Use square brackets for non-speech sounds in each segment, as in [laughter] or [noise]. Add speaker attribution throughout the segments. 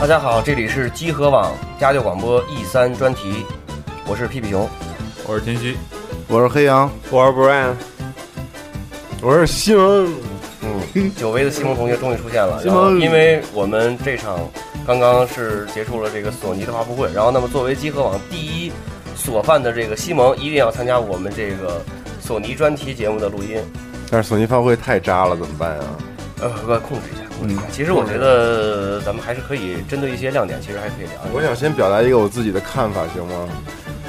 Speaker 1: 大家好，这里是集合网家教广播 E 三专题，我是屁屁熊。
Speaker 2: 我是天熙，
Speaker 3: 我是黑羊，
Speaker 4: 我是 Brian，我是西蒙，
Speaker 1: 嗯，久违的西蒙同学终于出现了。
Speaker 4: 西
Speaker 1: 然
Speaker 4: 蒙
Speaker 1: 后，因为我们这场刚刚是结束了这个索尼的发布会，然后那么作为集合网第一索饭的这个西蒙，一定要参加我们这个索尼专题节目的录音。
Speaker 3: 但是索尼发布会太渣了，怎么办啊？
Speaker 1: 呃，控制一下，控制一下。其实我觉得咱们还是可以针对一些亮点，其实还是可以聊。
Speaker 3: 我想先表达一个我自己的看法，行吗？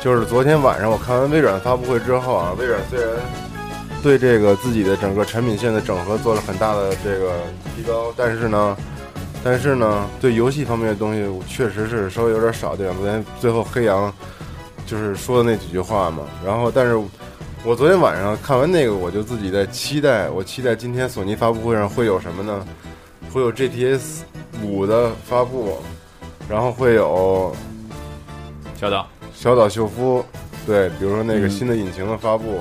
Speaker 3: 就是昨天晚上我看完微软发布会之后啊，微软虽然对这个自己的整个产品线的整合做了很大的这个提高，但是呢，但是呢，对游戏方面的东西我确实是稍微有点少对吧？昨天最后黑羊就是说的那几句话嘛，然后但是。我昨天晚上看完那个，我就自己在期待，我期待今天索尼发布会上会有什么呢？会有 GTS 五的发布，然后会有
Speaker 2: 小岛，
Speaker 3: 小岛秀夫，对，比如说那个新的引擎的发布，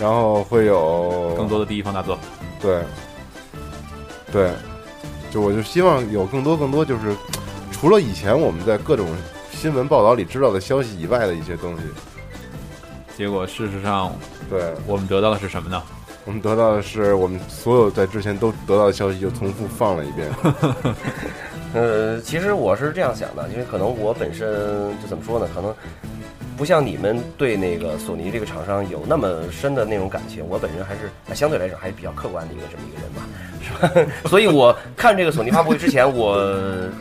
Speaker 3: 然后会有
Speaker 2: 更多的第一方大作，
Speaker 3: 对，对，就我就希望有更多更多，就是除了以前我们在各种新闻报道里知道的消息以外的一些东西。
Speaker 2: 结果事实上
Speaker 3: 对
Speaker 2: 我们得到的是什么呢？
Speaker 3: 我们得到的是，我们所有在之前都得到的消息就重复放了一遍。
Speaker 1: 呃，其实我是这样想的，因为可能我本身就怎么说呢，可能不像你们对那个索尼这个厂商有那么深的那种感情。我本人还是呃相对来讲还是比较客观的一个这么一个人吧，是吧？ [laughs] 所以我看这个索尼发布会之前，我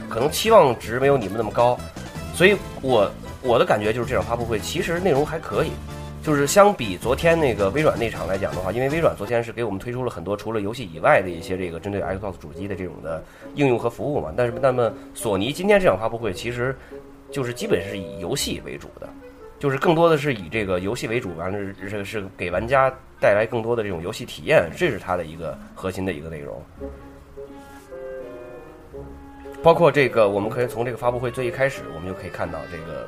Speaker 1: 可能期望值没有你们那么高，所以我我的感觉就是这场发布会其实内容还可以。就是相比昨天那个微软那场来讲的话，因为微软昨天是给我们推出了很多除了游戏以外的一些这个针对 Xbox 主机的这种的应用和服务嘛。但是那么索尼今天这场发布会其实就是基本是以游戏为主的，就是更多的是以这个游戏为主，完了是是是给玩家带来更多的这种游戏体验，这是它的一个核心的一个内容。包括这个，我们可以从这个发布会最一开始，我们就可以看到这个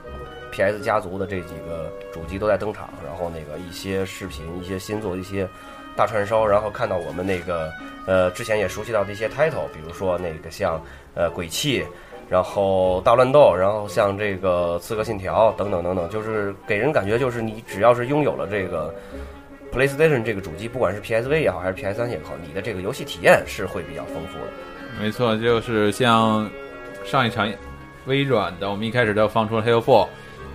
Speaker 1: PS 家族的这几个主机都在登场，然后那个一些视频、一些新作、一些大串烧，然后看到我们那个呃之前也熟悉到的一些 title，比如说那个像呃鬼泣，然后大乱斗，然后像这个刺客信条等等等等，就是给人感觉就是你只要是拥有了这个 PlayStation 这个主机，不管是 PSV 也好还是 PS 3也好，你的这个游戏体验是会比较丰富的。
Speaker 2: 没错，就是像上一场微软的，我们一开始就放出了《Halo 4》，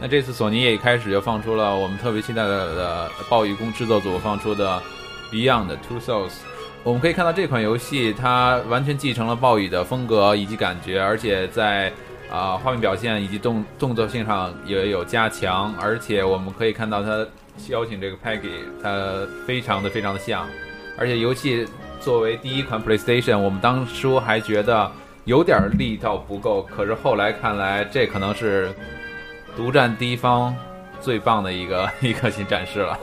Speaker 2: 那这次索尼也一开始就放出了我们特别期待的呃的暴雨宫制作组放出的《Beyond Two Souls》。我们可以看到这款游戏，它完全继承了暴雨的风格以及感觉，而且在啊、画面表现以及动动作性上也有加强，而且我们可以看到它邀请这个 Peggy，它非常的非常的像，而且游戏作为第一款 PlayStation，我们当初还觉得有点力道不够，可是后来看来，这可能是独占第一方最棒的一个 [laughs] 一个新展示了。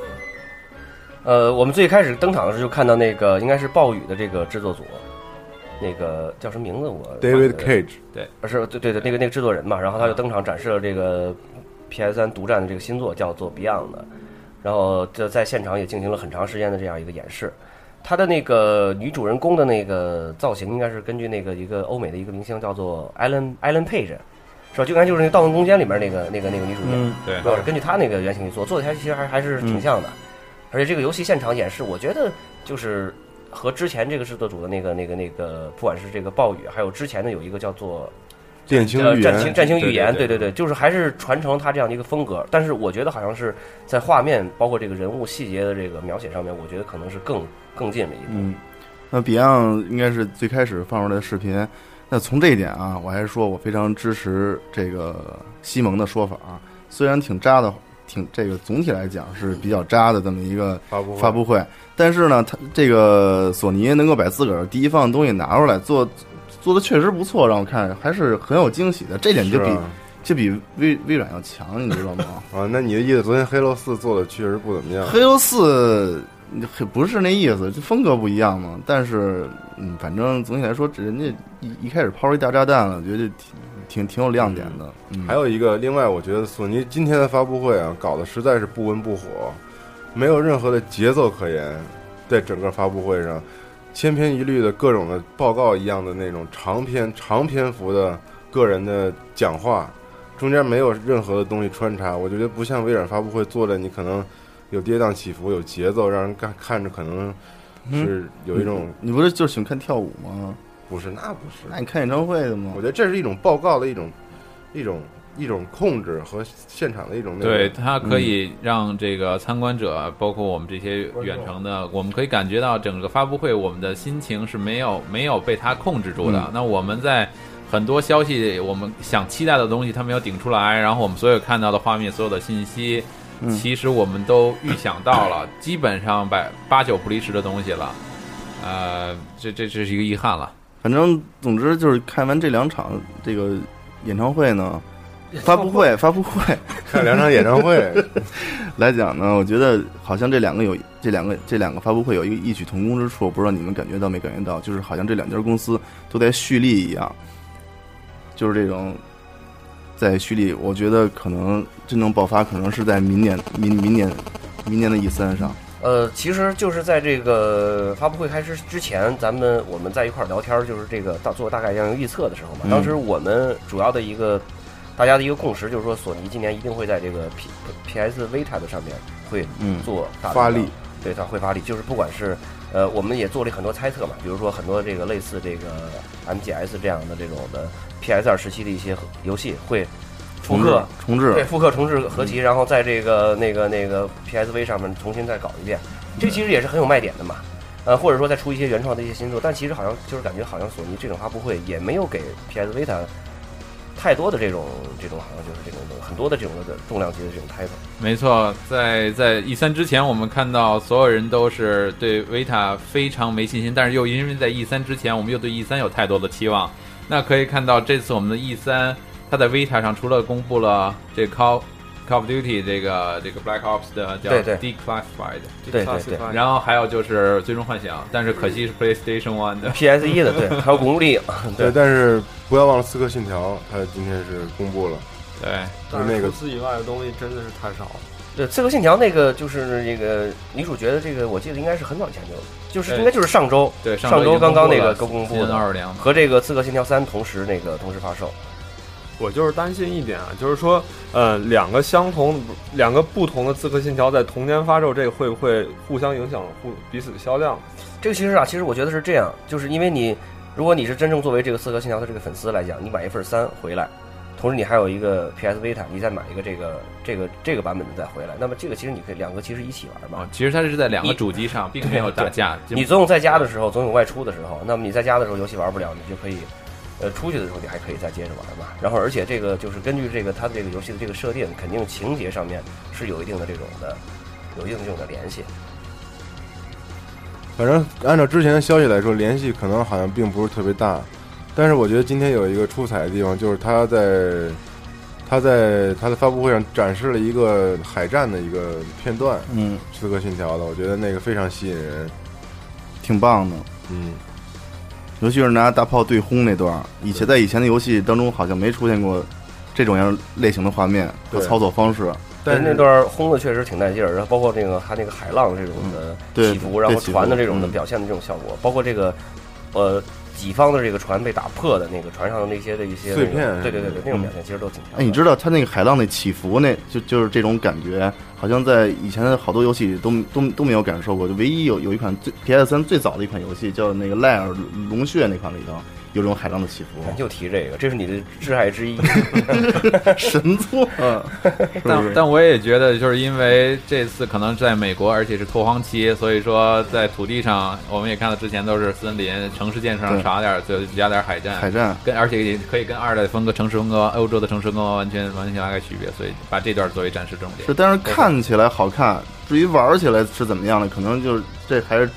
Speaker 1: 呃，我们最开始登场的时候就看到那个应该是暴雨的这个制作组，那个叫什么名字我
Speaker 3: David Cage，
Speaker 1: 呃是对对对那个那个制作人嘛，然后他就登场展示了这个 PS 三独占的这个新作叫做 Beyond，的然后这在现场也进行了很长时间的这样一个演示。他的那个女主人公的那个造型应该是根据那个一个欧美的一个明星叫做 Alan Alan Page，是吧？就应该就是那个《盗梦空间》里面那个那个那个女主角。
Speaker 2: 对，
Speaker 1: 对，根据他那个原型去做，做的还其实还还是挺像的。而且这个游戏现场演示，我觉得就是和之前这个制作组的那个那个那个，不管是这个暴雨，还有之前的有一个叫做
Speaker 3: 电青
Speaker 1: 呃
Speaker 3: 预
Speaker 1: 战青
Speaker 3: 言，
Speaker 1: 战青预言，
Speaker 2: 对对
Speaker 1: 对对对，就是还是传承他这样的一个风格。但是我觉得好像是在画面，包括这个人物细节的这个描写上面，我觉得可能是更更进了一步。
Speaker 5: 嗯，那 Beyond 应该是最开始放出来的视频，那从这一点啊，我还是说我非常支持这个西蒙的说法、啊，虽然挺渣的，挺这个总体来讲是比较渣的这么一个
Speaker 3: 发布会
Speaker 5: 发布会，但是呢，他这个索尼能够把自个儿第一方的东西拿出来做，做的确实不错，让我看还是很有惊喜的，这点就是比
Speaker 3: 啊
Speaker 5: 就比微微软要强，你知道吗？
Speaker 3: 啊，那你的意思，昨天黑楼四做的确实不怎么样。
Speaker 5: 黑游四很不是那意思，就风格不一样嘛。但是，嗯，反正总体来说，人家一一开始抛出一大炸弹了，觉得挺挺挺有亮点的。嗯，
Speaker 3: 还有一个，另外我觉得索尼今天的发布会啊，搞得实在是不温不火，没有任何的节奏可言，在整个发布会上，千篇一律的各种的报告一样的那种长篇长篇幅的个人的讲话，中间没有任何的东西穿插，我觉得不像微软发布会做的，你可能有跌宕起伏，有节奏，让人看看着可能是有一种、
Speaker 5: 你不是就喜欢看跳舞吗？
Speaker 3: 不是，那不是，
Speaker 5: 那你看演唱会的吗
Speaker 3: 我？觉得这是一种报告的一种，一种一种控制和现场的嗯一种那种
Speaker 2: 对，它可以让这个参观者，包括我们这些远程的，我们可以感觉到整个发布会，我们的心情是没有没有被它控制住的。
Speaker 3: 嗯
Speaker 2: 那我们在很多消息，我们想期待的东西，它没有顶出来，然后我们所有看到的画面，所有的信息，
Speaker 3: 嗯
Speaker 2: 其实我们都预想到了，基本上百八九不离十的东西了。呃，这这这是一个遗憾了。
Speaker 5: 反正总之就是看完这两场这个演唱会呢，发布会发布会
Speaker 3: 看两场演唱会，
Speaker 5: 来讲呢，我觉得好像这两个有这两个这两个发布会有一个异曲同工之处，不知道你们感觉到没感觉到，就是好像这两家公司都在蓄力一样，就是这种在蓄力。我觉得可能真正爆发，可能是在明年明明年明年的 E 三上。
Speaker 1: 呃，其实就是在这个发布会开始之前，咱们我们在一块儿聊天儿，就是这个大做大概量预测的时候嘛。
Speaker 5: 嗯
Speaker 1: 当时我们主要的一个大家的一个共识就是说，索尼今年一定会在这个 P P S Vita 的上面会
Speaker 5: 嗯
Speaker 1: 做大
Speaker 3: 发
Speaker 1: 的
Speaker 3: 力，
Speaker 1: 对，它会发力，就是不管是呃，我们也做了很多猜测嘛，比如说很多这个类似这个 MGS 这样的这种的 PS 二时期的一些游戏会复
Speaker 5: 重置
Speaker 1: 刻
Speaker 5: 重置
Speaker 1: 对，复刻重置合集，然后在这个那个那个 PSV 上面重新再搞一遍，这其实也是很有卖点的嘛。呃，或者说再出一些原创的一些新作，但其实好像就是感觉好像索尼这种发布会也没有给 PSV 它太多的这种这种好像就是这种很多的这种的重量级的这种 title，
Speaker 2: 没错，在在 E 三之前，我们看到所有人都是对维塔非常没信心，但是又因为在 E 三之前，我们又对 E 三有太多的期望。那可以看到，这次我们的 E 三，它在维塔上除了公布了这 Call Call of Duty 这个这个 Black Ops 的叫
Speaker 1: 对对
Speaker 2: Declassified，
Speaker 1: 对对对
Speaker 2: 然后还有就是最终幻想，但是可惜是 PlayStation One 的。
Speaker 1: ，PS E 一的对，还有啊《古墓丽影》 [laughs]
Speaker 3: 对，但是不要忘了《刺客信条》，它今天是公布了，
Speaker 2: 对，
Speaker 3: 就是那个
Speaker 4: 除此以外的东西真的是太少了。
Speaker 1: 对，《刺客信条》那个就是这个女主角的这个，我记得应该是很晚前就，就是
Speaker 2: 对
Speaker 1: 应该就是上周
Speaker 2: 对，
Speaker 1: 上
Speaker 2: 周已经
Speaker 1: 刚刚那个
Speaker 2: 公
Speaker 1: 刚公布
Speaker 2: 新
Speaker 1: 的
Speaker 2: 奥尔良
Speaker 1: 和这个《刺客信条三》同时那个同时发售，
Speaker 4: 我就是担心一点啊，就是说，呃，两个相同、两个不同的《刺客信条》在同年发售，这个会不会互相影响互彼此销量？
Speaker 1: 这个其实啊，其实我觉得是这样，就是因为你，如果你是真正作为这个《刺客信条》的这个粉丝来讲，你买一份三回来，同时你还有一个 PS Vita，你再买一个这个这个这个版本的再回来，那么这个其实你可以两个其实一起玩嘛
Speaker 2: 啊。，其实它是在两个
Speaker 1: 你
Speaker 2: 主机上，并没有打架。就
Speaker 1: 你总有在家的时候，总有外出的时候，那么你在家的时候游戏玩不了，你就可以。呃，出去的时候你还可以再接着玩嘛。然后，而且这个就是根据这个它的这个游戏的这个设定，肯定情节上面是有一定的这种的，有一定的这种的联系。
Speaker 3: 反正按照之前的消息来说，联系可能好像并不是特别大，但是我觉得今天有一个出彩的地方，就是他在他在他的发布会上展示了一个海战的一个片段，
Speaker 5: 嗯，
Speaker 3: 《刺客信条》的，我觉得那个非常吸引人，
Speaker 5: 挺棒的。
Speaker 3: 嗯，
Speaker 5: 尤其是拿大炮对轰那段儿，以前在以前的游戏当中好像没出现过这种样类型的画面和
Speaker 3: 对
Speaker 5: 操作方式。
Speaker 3: 但是
Speaker 1: 那段轰的确实挺带劲儿，然后包括这个它那个海浪这种
Speaker 5: 嗯对
Speaker 1: 的起伏，然后
Speaker 5: 对起伏
Speaker 1: 船的这种的
Speaker 5: 嗯
Speaker 1: 表现的这种效果，包括这个呃己方的这个船被打破的那个船上的那些的一些
Speaker 3: 碎
Speaker 1: 那个
Speaker 3: 片
Speaker 1: 对对对对，那种表现其实都挺强的。
Speaker 5: 哎，你知道它那个海浪那起伏那，就就是这种感觉，好像在以前的好多游戏都都都没有感受过。就唯一有有一款最 PS 三最早的一款游戏叫那个《赖尔龙血》那款里头，有种海浪的起
Speaker 1: [laughs]
Speaker 5: 伏，
Speaker 1: 咱就提这个，这是你的挚爱之一。
Speaker 5: [laughs]
Speaker 1: [laughs]
Speaker 5: 神作，是不
Speaker 2: 但
Speaker 5: 是？
Speaker 2: 但我也觉得，就是因为这次可能是在美国，而且是拓荒期，所以说在土地上，我们也看到之前都是森林，城市建设上
Speaker 5: 对
Speaker 2: 少点儿，就加点儿海战。
Speaker 5: 海战，
Speaker 2: 跟而且也可以跟二代风格、城市风格、欧洲的城市风格完全完全拉开区别，所以把这段作为展示重点
Speaker 5: 是，。但是看起来好看，至于玩起来是怎么样的，可能就是这还是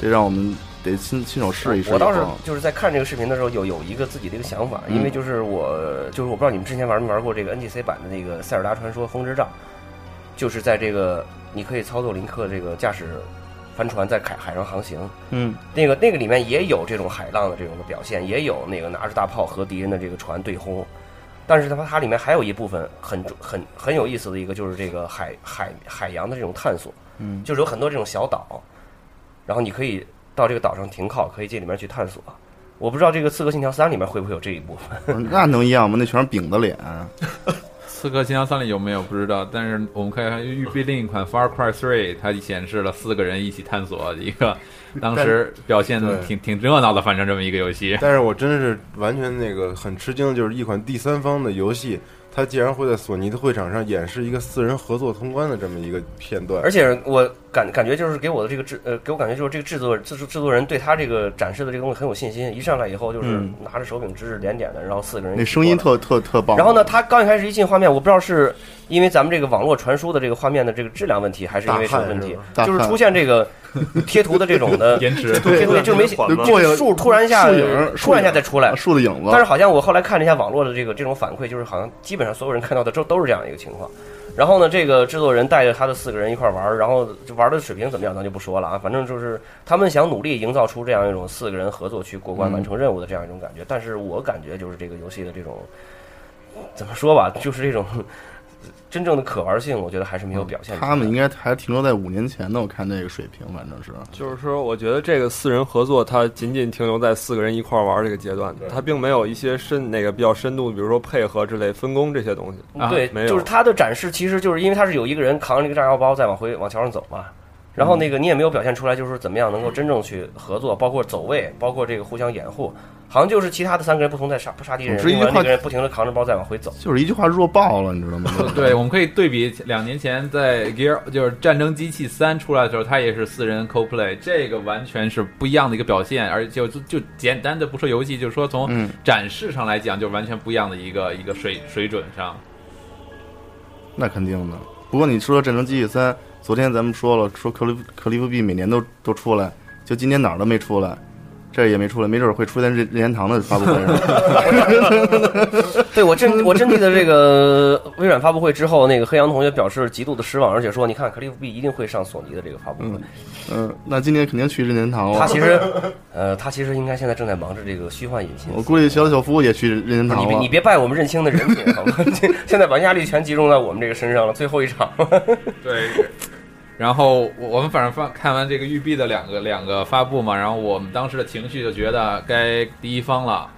Speaker 5: 得让我们得亲亲手试一试。
Speaker 1: 我倒
Speaker 5: 以
Speaker 1: 是
Speaker 5: 后
Speaker 1: 就是在看这个视频的时候，有有一个自己的一个想法，
Speaker 5: 嗯
Speaker 1: 因为就是我就是我不知道你们之前玩没玩过这个 NGC 版的那个《塞尔达传说：风之杖》，就是在这个你可以操作林克这个驾驶帆船在海海上航行，
Speaker 5: 嗯，
Speaker 1: 那个那个里面也有这种海浪的这种的表现，也有那个拿着大炮和敌人的这个船对轰，但是它它里面还有一部分很很很有意思的一个就是这个海海海洋的这种探索，
Speaker 5: 嗯
Speaker 1: 就是有很多这种小岛，然后你可以到这个岛上停靠，可以进里面去探索。我不知道这个《刺客信条三》里面会不会有这一部分， [laughs]
Speaker 5: 我说 [laughs] 那能一样吗？那全是饼子脸，
Speaker 2: 刺客信条三里有没有不知道，但是我们可以看育碧另一款 Far Cry Three，它显示了四个人一起探索一个，当时表现的
Speaker 3: 对
Speaker 2: 挺挺热闹的，反正这么一个游戏。
Speaker 3: [laughs] 但是我真是完全那个很吃惊，就是一款第三方的游戏，它竟然会在索尼的会场上演示一个四人合作通关的这么一个片段，
Speaker 1: 而且我感感觉就是给我的这个制呃，给我感觉就是这个制作制作制作人对他这个展示的这个东西很有信心，一上来以后就是
Speaker 5: 嗯
Speaker 1: 拿着手柄指指点点的，然后四个人一起
Speaker 5: 那声音
Speaker 1: 过来
Speaker 5: 特特特棒。
Speaker 1: 然后呢，他刚一开始一进画面，我不知道是因为咱们这个网络传输的这个画面的这个质量问题，还是因为什么问题，
Speaker 5: 大汉
Speaker 1: 就是是
Speaker 5: 吧
Speaker 1: 出现这个贴图的这种的
Speaker 2: [laughs] 延迟，
Speaker 1: 贴图就没写
Speaker 5: 就过去
Speaker 1: 树突然一下
Speaker 5: 树影，
Speaker 1: 突然一下再出来。
Speaker 5: 树的影子，
Speaker 1: 但是好像我后来看了一下网络的这个这种反馈，就是好像基本上所有人看到的都都是这样一个情况。然后呢，这个制作人带着他的四个人一块儿玩儿，然后就玩的水平怎么样咱就不说了啊，反正就是他们想努力营造出这样一种四个人合作去过关
Speaker 5: 嗯
Speaker 1: 完成任务的这样一种感觉。但是我感觉就是这个游戏的这种怎么说吧，就是这种真正的可玩性，我觉得还是没有表现出来。
Speaker 5: 哎他们应该还停留在五年前呢，我看这个水平，反正是。
Speaker 4: 就是说，我觉得这个四人合作，它仅仅停留在四个人一块儿玩儿这个阶段，它并没有一些深那个比较深度，比如说配合之类、分工这些东西。
Speaker 2: 啊
Speaker 1: 对，
Speaker 4: 没有
Speaker 1: 就是他的展示，其实就是因为他是有一个人扛着一个炸药包在往回往桥上走嘛。然后那个你也没有表现出来，就是怎么样能够真正去合作，包括走位，包括这个互相掩护，好像就是其他的三个人不同在杀不杀敌人，
Speaker 5: 总之一
Speaker 1: 另
Speaker 5: 句
Speaker 1: 外
Speaker 5: 话
Speaker 1: 那个人不停的扛着包在往回走。
Speaker 5: 就是一句话弱爆了，你知道吗？
Speaker 1: [laughs]
Speaker 2: [laughs] 对，我们可以对比两年前在 Gear 就是《战争机器三》出来的时候，它也是四人 co-play，这个完全是不一样的一个表现，而且就就就简单的不说游戏，就是说从
Speaker 5: 嗯
Speaker 2: 展示上来讲，就完全不一样的一个一个水水准上。
Speaker 5: 那肯定的。不过你说到《战争机器三》，昨天咱们说了，说克利夫克利夫币每年都都出来，就今年哪儿都没出来，这儿也没出来，没准儿会出现任任天堂的发布会
Speaker 1: [laughs]
Speaker 5: 上。
Speaker 1: 对我 [laughs] 真我真记得这个微软发布会之后，那个黑羊同学表示极度的失望，而且说你看克利夫币一定会上索尼的这个发布会。
Speaker 5: 嗯嗯、那今年肯定去任天堂
Speaker 1: 他
Speaker 5: 了。
Speaker 1: 其实，呃，他其实应该现在正在忙着这个虚幻引擎。
Speaker 5: 我估计小小夫也去任天
Speaker 1: 不是你
Speaker 5: 堂
Speaker 1: 别
Speaker 3: 啊
Speaker 5: 了。
Speaker 1: 你别拜我们认清的人品好吗？ [laughs] 这现在把压力全集中在我们这个身上了，最后一场。
Speaker 2: 对。 [laughs] 然后我我们反正放看完这个育碧的两个两个发布嘛，然后我们当时的情绪就觉得该第一方了，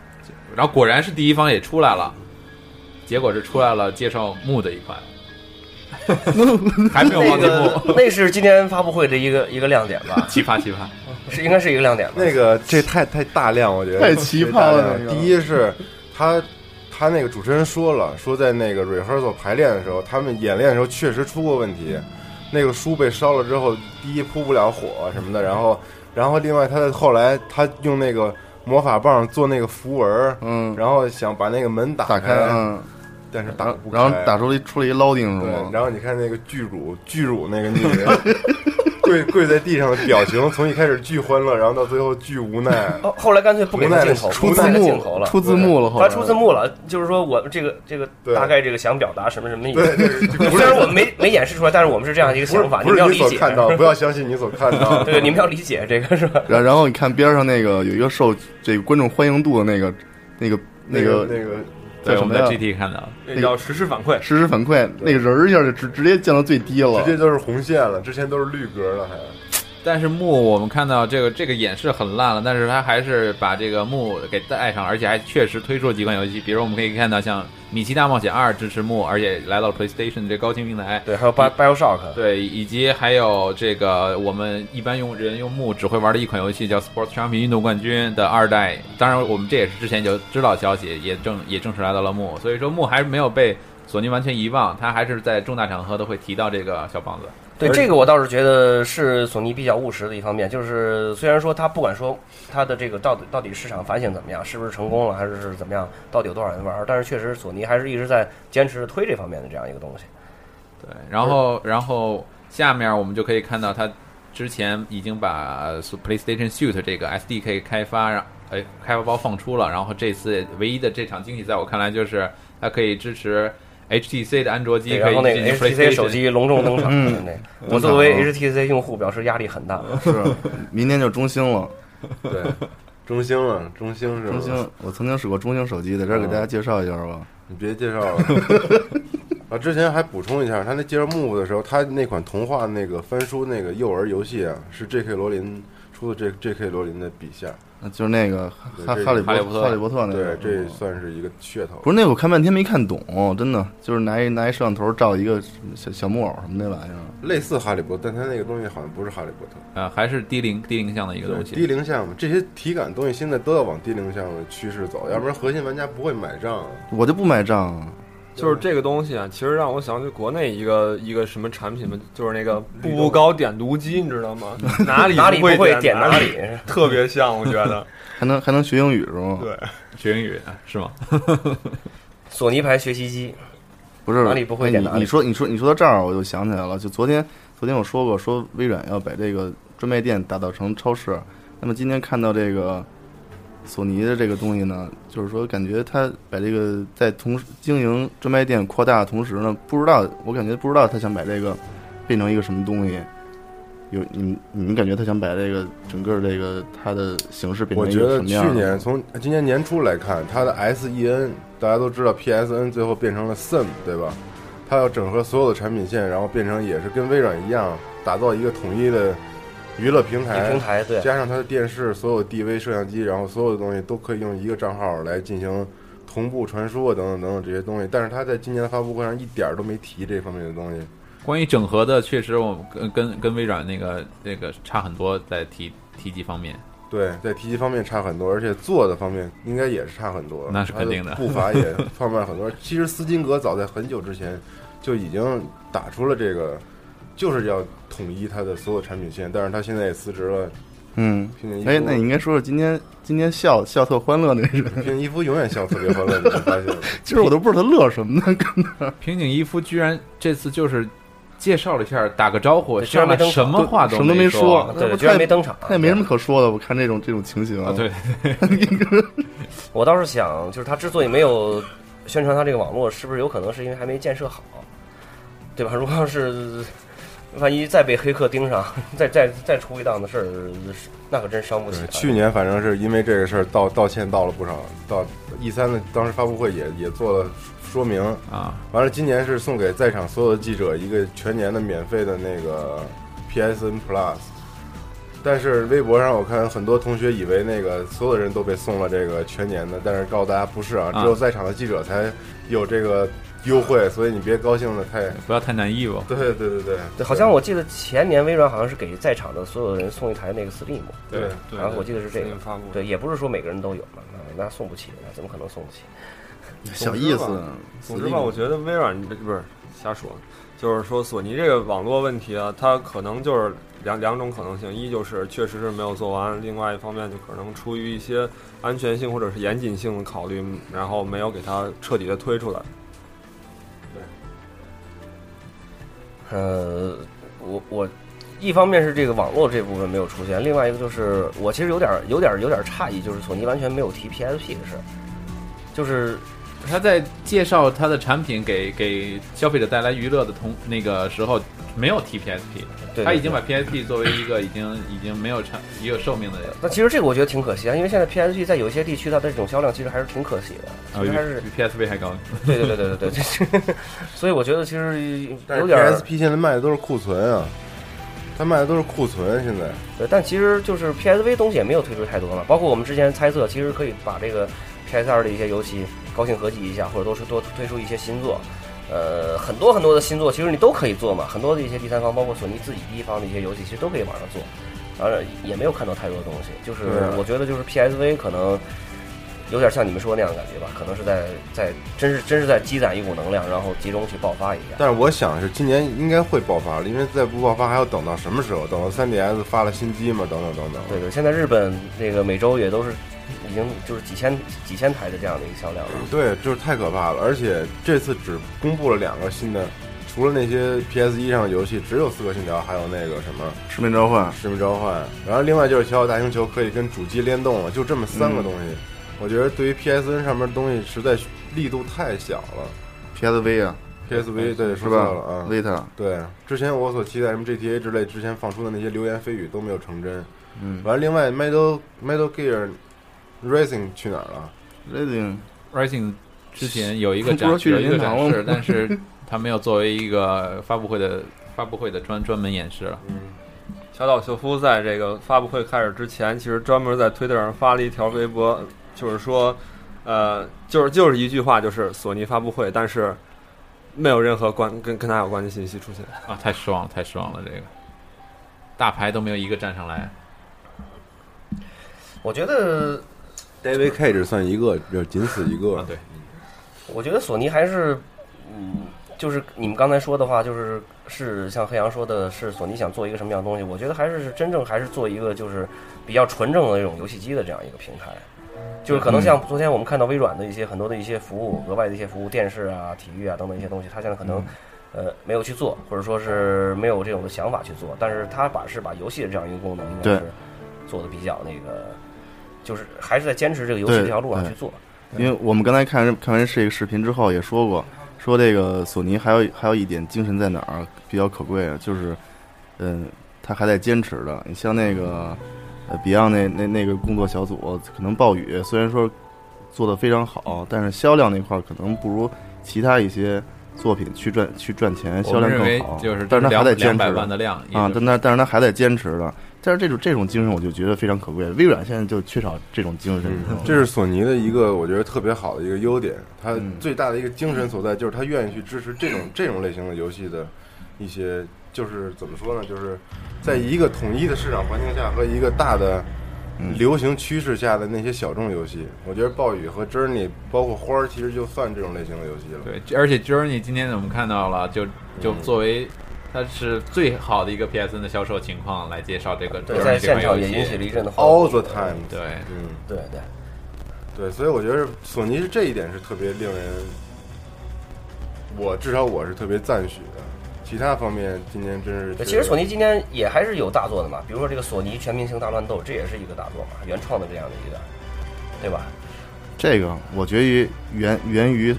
Speaker 2: 然后果然是第一方也出来了，结果是出来了介绍木的一
Speaker 5: [laughs]
Speaker 2: 款，还没有
Speaker 1: 那
Speaker 2: 忘记木。
Speaker 1: 个那是今天发布会的一个一个亮点吧，
Speaker 2: 奇葩奇葩，
Speaker 1: 是应该是一个亮点吧。
Speaker 3: 那
Speaker 5: [laughs]
Speaker 3: 个这太太大量，我觉得
Speaker 5: 太奇
Speaker 3: 这
Speaker 5: 葩了那
Speaker 3: 太大量
Speaker 5: 个
Speaker 3: 第一是他他那个主持人说了，说在那个 rehearsal 排练的时候，他们演练的时候确实出过问题，那个书被烧了之后，第一扑不了火什么的，然后然后另外他后来他用那个魔法棒做那个符文儿。
Speaker 5: 嗯，
Speaker 3: 然后想把那个门打
Speaker 5: 打开，嗯，
Speaker 3: 但是
Speaker 5: 然
Speaker 3: 打
Speaker 5: 后
Speaker 3: 不开。
Speaker 5: 然后打出了一出了一捞钉是
Speaker 3: 对，
Speaker 5: 吗？
Speaker 3: 然后你看那个巨乳巨乳那个女人跪跪在地上的表情，从一开始巨欢乐，然后到最后巨无奈。
Speaker 1: 哦后来干脆不给他镜头，
Speaker 3: 出
Speaker 1: 不给
Speaker 5: 字
Speaker 1: 他镜头
Speaker 5: 幕
Speaker 1: 了，
Speaker 5: 出字幕了，后
Speaker 1: 他
Speaker 5: 来
Speaker 1: 出字幕了，就是说我这个这个
Speaker 3: 对
Speaker 1: 大概这个想表达什么什么意思。
Speaker 3: 对，
Speaker 1: [laughs]
Speaker 3: 就不
Speaker 1: 虽
Speaker 3: 是
Speaker 1: 然我们没没演示出来，但是我们是这样一个
Speaker 3: 不是
Speaker 1: 想法，
Speaker 3: 不
Speaker 1: 们
Speaker 3: 是
Speaker 1: 要
Speaker 3: 你
Speaker 1: 理
Speaker 3: 所
Speaker 1: 解。
Speaker 3: 看到，不要相信你所看到。
Speaker 1: [laughs] 对，你们要理解这个是 [laughs] 吧？
Speaker 5: 然然后你看边上那个有一个受这个观众欢迎度的那个那个
Speaker 3: 那
Speaker 5: 个
Speaker 3: 那
Speaker 5: [laughs]
Speaker 3: 个
Speaker 5: 叫
Speaker 2: 对，我
Speaker 5: 什么
Speaker 2: 们在
Speaker 5: 呀？
Speaker 2: GT 看到，
Speaker 4: 那叫实时反馈，
Speaker 5: 实时反馈，那个人儿一下就直直接降到最低了
Speaker 3: 直。接就是红线了，之前都是绿格了还。
Speaker 2: 但是木我们看到这个这个演示很烂了，但是他还是把这个木给带上，而且还确实推出了几款游戏，比如我们可以看到像《米奇大冒险二》支持木，而且来到了 PlayStation 这高清平台。
Speaker 1: 对，还有 Bio BioShock，
Speaker 2: 对，以及还有这个我们一般用人用木只会玩的一款游戏叫《Sports 商品运动冠军》的二代，当然我们这也是之前就知道消息，也正也正式来到了木，所以说木还是没有被索尼完全遗忘，它还是在重大场合都会提到这个小棒子。
Speaker 1: 对这个我倒是觉得是索尼比较务实的一方面，就是虽然说它不管说它的这个到底到底市场反省怎么样，是不是成功了，还是是怎么样，到底有多少人玩儿，但是确实索尼还是一直在坚持推这方面的这样一个东西。
Speaker 2: 对，然后然后下面我们就可以看到它之前已经把呃 PlayStation Suite 这个 SDK 开发让哎开发包放出了，然后这次唯一的这场惊喜，在我看来就是它可以支持 HTC 的安卓机，
Speaker 1: 对
Speaker 2: 可
Speaker 1: 然
Speaker 2: 以
Speaker 1: 后那
Speaker 2: 进
Speaker 1: 个
Speaker 2: 行
Speaker 1: HTC
Speaker 2: PlayStation
Speaker 1: 手机隆重登场，
Speaker 5: 嗯
Speaker 1: 对我作为
Speaker 5: 登
Speaker 1: HTC 用户表示压力很大。
Speaker 5: [laughs] 是，明天就中兴了。
Speaker 3: 对，中兴啊，中兴是吧？
Speaker 5: 中兴，我曾经使过中兴手机，在这儿给大家介绍一下吧。
Speaker 3: 你别介绍了。 [laughs] 啊，之前还补充一下，他那介绍 Move 的时候，他那款童话那个翻书那个幼儿游戏啊，是 J.K. 罗琳出的 J J.K. 罗琳的笔下，
Speaker 5: 那就是那个哈
Speaker 3: 对
Speaker 5: 哈利
Speaker 2: 哈利
Speaker 5: 波
Speaker 2: 波特
Speaker 5: 哈利波特那
Speaker 3: 对
Speaker 5: 个，，
Speaker 3: 这
Speaker 5: 嗯
Speaker 3: 算是一个噱头。
Speaker 5: 不是那我看半天没看懂，真的就是拿一拿一摄像头照一个小小木偶什么那玩意儿，
Speaker 3: 类似哈利波特，但它那个东西好像不是哈利波特。
Speaker 2: 呃还是低龄低龄向的一个
Speaker 3: 对
Speaker 2: 东
Speaker 3: 低
Speaker 2: 西。
Speaker 3: 龄项目这些体感东西现在都要往低龄项的趋势走，要不然核心玩家不会买账。啊
Speaker 5: 我就不买账啊。
Speaker 4: 就是这个东西啊，其实让我想起国内一个一个什么产品嘛，就是那个步步高点读机，你知道 [laughs] 吗？哪里
Speaker 1: 哪里
Speaker 4: 不
Speaker 1: 不会点
Speaker 4: 点
Speaker 1: 哪里，
Speaker 4: 特别像，我觉 [laughs] 得。
Speaker 5: 还能还能学英语是吗？
Speaker 4: 对
Speaker 2: 学英语啊是吗？
Speaker 1: 索尼牌学习机，
Speaker 5: 不是
Speaker 1: 哪里不会
Speaker 5: 哎
Speaker 1: 点
Speaker 5: 你
Speaker 1: 哪里
Speaker 5: 你说你说你说到这儿，我就想起来了，就昨天昨天我说过，说微软要把这个专卖店打造成超市。那么今天看到这个索尼的这个东西呢，就是说感觉它把这个在同时经营专卖店扩大的同时呢，不知道我感觉不知道它想把这个变成一个什么东西。有你们你们感觉它想把这个整个这个它的形式变
Speaker 3: 我
Speaker 5: 成一
Speaker 3: 觉
Speaker 5: 个
Speaker 3: 得
Speaker 5: 什么
Speaker 3: 去
Speaker 5: 样的？啊
Speaker 3: 年从今年年初来看，它的 SEN 大家都知道 PSN 最后变成了 SIM，对吧？它要整合所有的产品线，然后变成也是跟微软一样，打造一个统一的娱乐平
Speaker 1: 一
Speaker 3: 台，
Speaker 1: 平台对。
Speaker 3: 加上它的电视、所有 DV 摄像机，然后所有的东西都可以用一个账号来进行同步传输啊，等等等等这些东西。但是它在今年的发布会上一点儿都没提这方面的东西。
Speaker 2: 关于整合的，确实我们跟跟跟微软那个那个差很多，在提提及方面。
Speaker 3: 对，在提及方面差很多，而且做的方面应该也是差很多，
Speaker 2: 那是肯定的
Speaker 3: 它步伐也放慢很多。其实斯金格早在很久之前就已经打出了这个，就是要统一它的所有产品线，但是他现在也辞职了，
Speaker 5: 嗯，
Speaker 3: 拼年一夫。
Speaker 5: 哎，那你应该说说今天今天笑笑特欢乐那人，
Speaker 3: 拼年一夫永远笑得特别欢乐，你发现了吗？
Speaker 5: 其实我都不知道他乐什么
Speaker 4: [laughs]
Speaker 5: 呢。
Speaker 2: 平井一夫居然这次就是介绍了一下，打个招呼，
Speaker 1: 对居然
Speaker 2: 上
Speaker 1: 没
Speaker 2: 来
Speaker 1: 登场
Speaker 2: 什么话
Speaker 5: 什么都
Speaker 2: 没
Speaker 5: 没说
Speaker 2: 说
Speaker 5: 那不
Speaker 1: 对，居然
Speaker 5: 太
Speaker 1: 没登场，
Speaker 5: 他也没什么可说的，我看这种这种情形
Speaker 2: 啊！，对，
Speaker 1: 我倒是想，就是他之所以没有宣传他这个网络，是不是有可能是因为还没建设好，对吧？如果要是万一再被黑客盯上，再再再出一档子事儿，那可真伤不起
Speaker 3: 对
Speaker 1: 啊。
Speaker 3: 去年反正是因为这个事儿道道歉道了不少，道 E 三的当时发布会也也做了说明。
Speaker 2: 啊，
Speaker 3: 完了，今年是送给在场所有的记者一个全年的免费的那个 PSN Plus。但是微博上我看很多同学以为那个所有人都被送了这个全年的，但是告诉大家不是啊，
Speaker 2: 啊
Speaker 3: 只有在场的记者才有这个优惠，所以你别高兴的太。 [laughs]
Speaker 2: 不要太难 e 吧。
Speaker 3: 对对对对对，
Speaker 1: 对，好像我记得前年微软好像是给在场的所有人送一台那个 Steam，
Speaker 3: 对
Speaker 4: 对
Speaker 1: 然后我记得是这个
Speaker 4: 那发布
Speaker 1: 对，也不是说每个人都有嘛，啊那送不起，那怎么可能送不起？
Speaker 5: 小意思。
Speaker 4: 总之吧，我觉得微软不是瞎说，就是说索尼这个网络问题啊，它可能就是两两种可能性，一就是确实是没有做完，另外一方面就可能出于一些安全性或者是严谨性的考虑，然后没有给它彻底的推出来。
Speaker 1: 呃，我我一方面是这个网络这部分没有出现，另外一个就是我其实有点儿有点儿有点儿诧异，就是索尼完全没有提 PSP 的事儿，就是
Speaker 2: 他在介绍他的产品给给消费者带来娱乐的同那个时候，没有提 PSP，
Speaker 1: 对
Speaker 2: 他已经把 PSP 作为一个已经已经没有产一个寿命的
Speaker 1: 那其实这个我觉得挺可惜啊，因为现在 PSP 在有一些地区它的这种销量其实还是挺可惜的，
Speaker 2: 啊，比
Speaker 1: 其实还是
Speaker 2: 比 PSV 还高。
Speaker 1: 对对对对对对对，所以我觉得其实
Speaker 3: 但
Speaker 1: 有
Speaker 3: 是
Speaker 1: 点儿
Speaker 3: PSP 现在卖的都是库存啊，他卖的都是库存，现在
Speaker 1: 对，但其实就是 PSV 东西也没有推出太多嘛，包括我们之前猜测，其实可以把这个 PS 二的一些游戏高兴合集一下，或者多出多推出一些新作。呃，很多很多的新作，其实你都可以做嘛，很多的一些第三方，包括索尼自己第一方的一些游戏，其实都可以往上做。当然也没有看到太多东西，就是
Speaker 3: 对啊
Speaker 1: 我觉得就是 PSV 可能有点像你们说的那样的感觉吧，可能是在在真是真是在积攒一股能量，然后集中去爆发一下。
Speaker 3: 但是我想是今年应该会爆发了，因为再不爆发还要等到什么时候？等到 3DS 发了新机嘛，等等等等。
Speaker 1: 对对，现在日本那个每周也都是已经就是几千几千台的这样的一个销量了。
Speaker 3: 对，就是太可怕了。而且这次只公布了两个新的，除了那些 PS 一上的游戏，只有《刺客信条》，还有那个什么
Speaker 5: 使命召唤
Speaker 3: 《使命召唤》，然后另外就是《小小大星球》可以跟主机联动了，就这么三个
Speaker 5: 嗯
Speaker 3: 东西。我觉得对于 PSN 上面的东西实在力度太小了。
Speaker 5: PSV 啊，
Speaker 3: PSV 对
Speaker 5: 是
Speaker 3: 说错
Speaker 5: 吧
Speaker 3: 了啊，
Speaker 5: ？Vita，
Speaker 3: 对，之前我所期待什么 GTA 之类，之前放出的那些流言蜚语都没有成真。
Speaker 5: 嗯
Speaker 3: 完，了，另外 Metal Metal Gear Racing 去哪儿了？
Speaker 5: ，Rising，
Speaker 2: Rising 之前有一个
Speaker 5: 不是
Speaker 2: 展
Speaker 5: 说去
Speaker 2: 有一个
Speaker 5: 任天
Speaker 2: 展
Speaker 5: 堂了吗 [laughs]
Speaker 2: 示，但是它没有作为一个发布会的发布会的专专门演示了。
Speaker 4: 小岛秀夫在这个发布会开始之前，其实专门在推特上发了一条微博，就是说，呃，就是就是一句话，就是索尼发布会，但是没有任何关跟跟他有关的信息出现。
Speaker 2: 啊，太失望了，太失望了！这个大牌都没有一个站上来，
Speaker 1: 我觉得
Speaker 3: David K 只算一个，就仅此一个。
Speaker 2: 啊对
Speaker 1: 我觉得索尼还是，嗯，就是你们刚才说的话，就是是像黑羊说的，是索尼想做一个什么样的东西？我觉得还是真正还是做一个就是比较纯正的那种游戏机的这样一个平台，就是
Speaker 5: 嗯
Speaker 1: 可能像昨天我们看到微软的一些很多的一些服务，额外的一些服务，电视啊、体育啊等等一些东西，它现在可
Speaker 5: 嗯
Speaker 1: 能。呃，没有去做，或者说是没有这种的想法去做，但是它把是把游戏的这样一个功能，应该
Speaker 5: 对
Speaker 1: 是做的比较那个，就是还是在坚持这个游戏
Speaker 5: 对
Speaker 1: 这条路上
Speaker 5: 对
Speaker 1: 去做。
Speaker 5: 因为我们刚才看看完这个视频之后也说过，说这个索尼还有还有一点精神在哪儿比较可贵啊，就是，嗯，他还在坚持的。你像那个，呃，Beyond 那那那个工作小组，可能暴雨虽然说做的非常好，但是销量那块儿可能不如其他一些作品去赚去赚钱，
Speaker 2: 我
Speaker 5: 销
Speaker 2: 们
Speaker 5: 量
Speaker 2: 认为
Speaker 5: 更好。
Speaker 2: 就是
Speaker 5: 但是他还
Speaker 2: 两
Speaker 5: 在
Speaker 2: 两
Speaker 5: 坚持
Speaker 2: 百
Speaker 5: 着
Speaker 2: 万的量也
Speaker 5: 啊，
Speaker 2: 就
Speaker 5: 但那但是他还在坚持的。但是这种这种精神，我就觉得非常可贵。微软现在就缺少这种
Speaker 3: [laughs]
Speaker 5: 精神，
Speaker 2: 嗯
Speaker 5: 你知道吗
Speaker 3: 这是索尼的一个我觉得特别好的一个优点，它
Speaker 2: 嗯
Speaker 3: 最大的一个精神所在就是它愿意去支持这种这种类型的游戏的一些，就是怎么说呢，就是在一个统一的市场环境下和一个大的
Speaker 2: 嗯
Speaker 3: 流行趋势下的那些小众游戏，我觉得暴雨和 Journey 包括花儿其实就算这种类型的游戏了。
Speaker 2: 对，而且 Journey 今天我们看到了，就
Speaker 1: 嗯
Speaker 2: 就作为它是最好的一个 PSN 的销售情况来介绍这个
Speaker 1: 对，
Speaker 2: Journey 这
Speaker 1: 在现
Speaker 2: 款
Speaker 1: 场
Speaker 2: 游
Speaker 1: 也引起
Speaker 2: 戏。
Speaker 1: 了一阵的好
Speaker 3: ，All
Speaker 1: 奇
Speaker 3: the time，
Speaker 2: 对，
Speaker 3: 嗯，
Speaker 1: 对对。
Speaker 3: 对，所以我觉得索尼是这一点是特别令人，我至少我是特别赞许的。其他方面今年真是
Speaker 1: 对，
Speaker 3: 觉得，
Speaker 1: 哎其实索尼今天也还是有大作的嘛，比如说这个索尼全明星大乱斗，这也是一个大作嘛，原创的这样的一个，对吧？
Speaker 5: 这个我觉得于源源于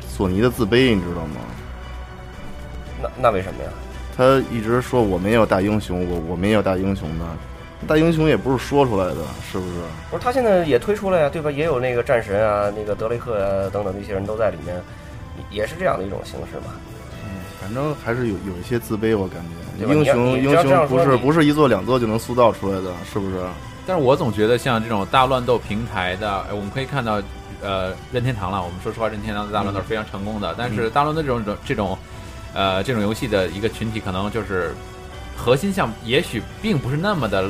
Speaker 5: 索尼的自卑，你知道吗？
Speaker 1: 那那为什么呀？
Speaker 5: 他一直说我没有大英雄，我我没有大英雄的，大英雄也不是说出来的，是不是？
Speaker 1: 不是他现在也推出了呀，对吧？也有那个战神啊，那个德雷克啊等等的一些人都在里面，也也是这样的一种形式嘛。
Speaker 5: 反正还是有有一些自卑，我感觉
Speaker 1: 对吧
Speaker 5: 英
Speaker 1: 你
Speaker 5: 雄
Speaker 1: 要你
Speaker 5: 英
Speaker 1: 要这
Speaker 5: 雄
Speaker 1: 样
Speaker 5: 不
Speaker 1: 说
Speaker 5: 是
Speaker 1: 你
Speaker 5: 不是一座两座就能塑造出来的，是不是？
Speaker 2: 但是我总觉得像这种大乱斗平台的，呃我们可以看到，呃，任天堂了。我们说实话，任天堂的大
Speaker 1: 嗯
Speaker 2: 乱斗是非常成功的，但是大乱斗这种这种，呃，这种游戏的一个群体，可能就是核心项目，也许并不是那么的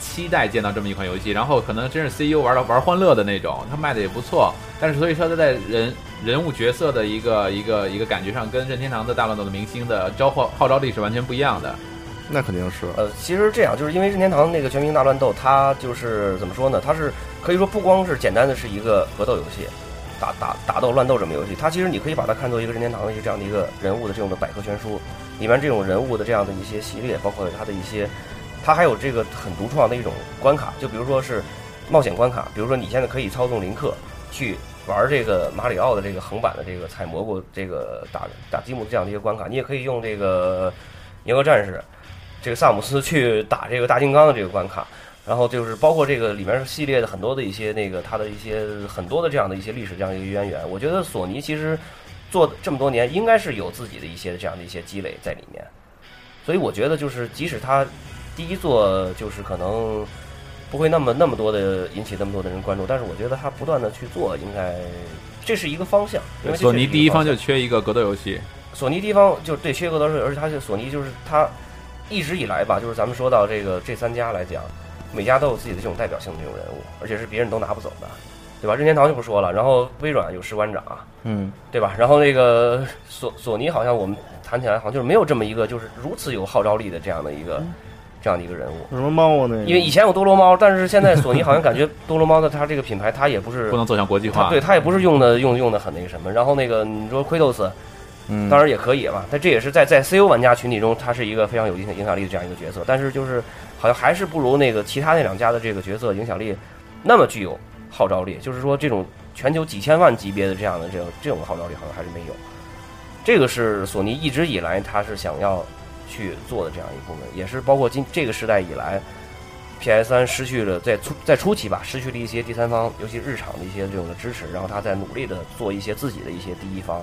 Speaker 2: 期待见到这么一款游戏，然后可能真是 CEO 玩到玩欢乐的那种，他卖的也不错，但是所以说他在人人物角色的一个一个一个感觉上，跟任天堂的大乱斗的明星的召唤号召力是完全不一样的。
Speaker 5: 那肯定是。
Speaker 1: 呃，其实这样就是因为任天堂那个《全民大乱斗》，它就是怎么说呢？它是可以说不光是简单的是一个格斗游戏，打打打斗乱斗这么游戏，它其实你可以把它看作一个任天堂的一个这样的一个人物的这种的百科全书，里面这种人物的这样的一些系列，包括它的一些，它还有这个很独创的一种关卡，就比如说是冒险关卡，比如说你现在可以操纵林克去玩这个马里奥的这个横版的这个采蘑菇这个打打积木这样的一个关卡，你也可以用这个银河战士。这个萨姆斯去打这个大金刚的这个关卡，然后就是包括这个里面系列的很多的一些那个它的一些很多的这样的一些历史这样的一个渊源，我觉得索尼其实做这么多年应该是有自己的一些这样的一些积累在里面。所以我觉得就是即使它第一座就是可能不会那么那么多的引起那么多的人关注，但是我觉得它不断的去做，应该这是一个方向。因为这
Speaker 2: 索尼
Speaker 1: 确实是
Speaker 2: 第一
Speaker 1: 个方
Speaker 2: 方
Speaker 1: 向
Speaker 2: 就缺一个格斗游戏，
Speaker 1: 索尼地方就对缺格斗是，而且它是索尼就是它一直以来吧，就是咱们说到这个这三家来讲，每家都有自己的这种代表性的这种人物，而且是别人都拿不走的，对吧？任天堂就不说了，然后微软有士官长，
Speaker 5: 嗯，
Speaker 1: 对吧？然后那个索索尼好像我们谈起来好像就是没有这么一个就是如此有号召力的这样的一个这样的一个人物。
Speaker 5: 有什么猫啊那个？
Speaker 1: 因为以前有多罗猫，但是现在索尼好像感觉多罗猫的它这个品牌，它也不是
Speaker 2: 不，能走向国际
Speaker 1: 它
Speaker 2: 化
Speaker 1: 对。它也不是用的用用的很那个什么。然后那个你说 Kratos，
Speaker 5: 嗯，
Speaker 1: 当然也可以嘛。但这也是在在 CU 玩家群体中，他是一个非常有影响影响力的这样一个角色。但是就是好像还是不如那个其他那两家的这个角色影响力那么具有号召力。就是说，这种全球几千万级别的这样的这种这种号召力，好像还是没有。这个是索尼一直以来他是想要去做的这样一部分，也是包括今这个时代以来。PS 3失去了在初在初期吧，失去了一些第三方，尤其日常的一些这种的支持，然后他在努力的做一些自己的一些第一方，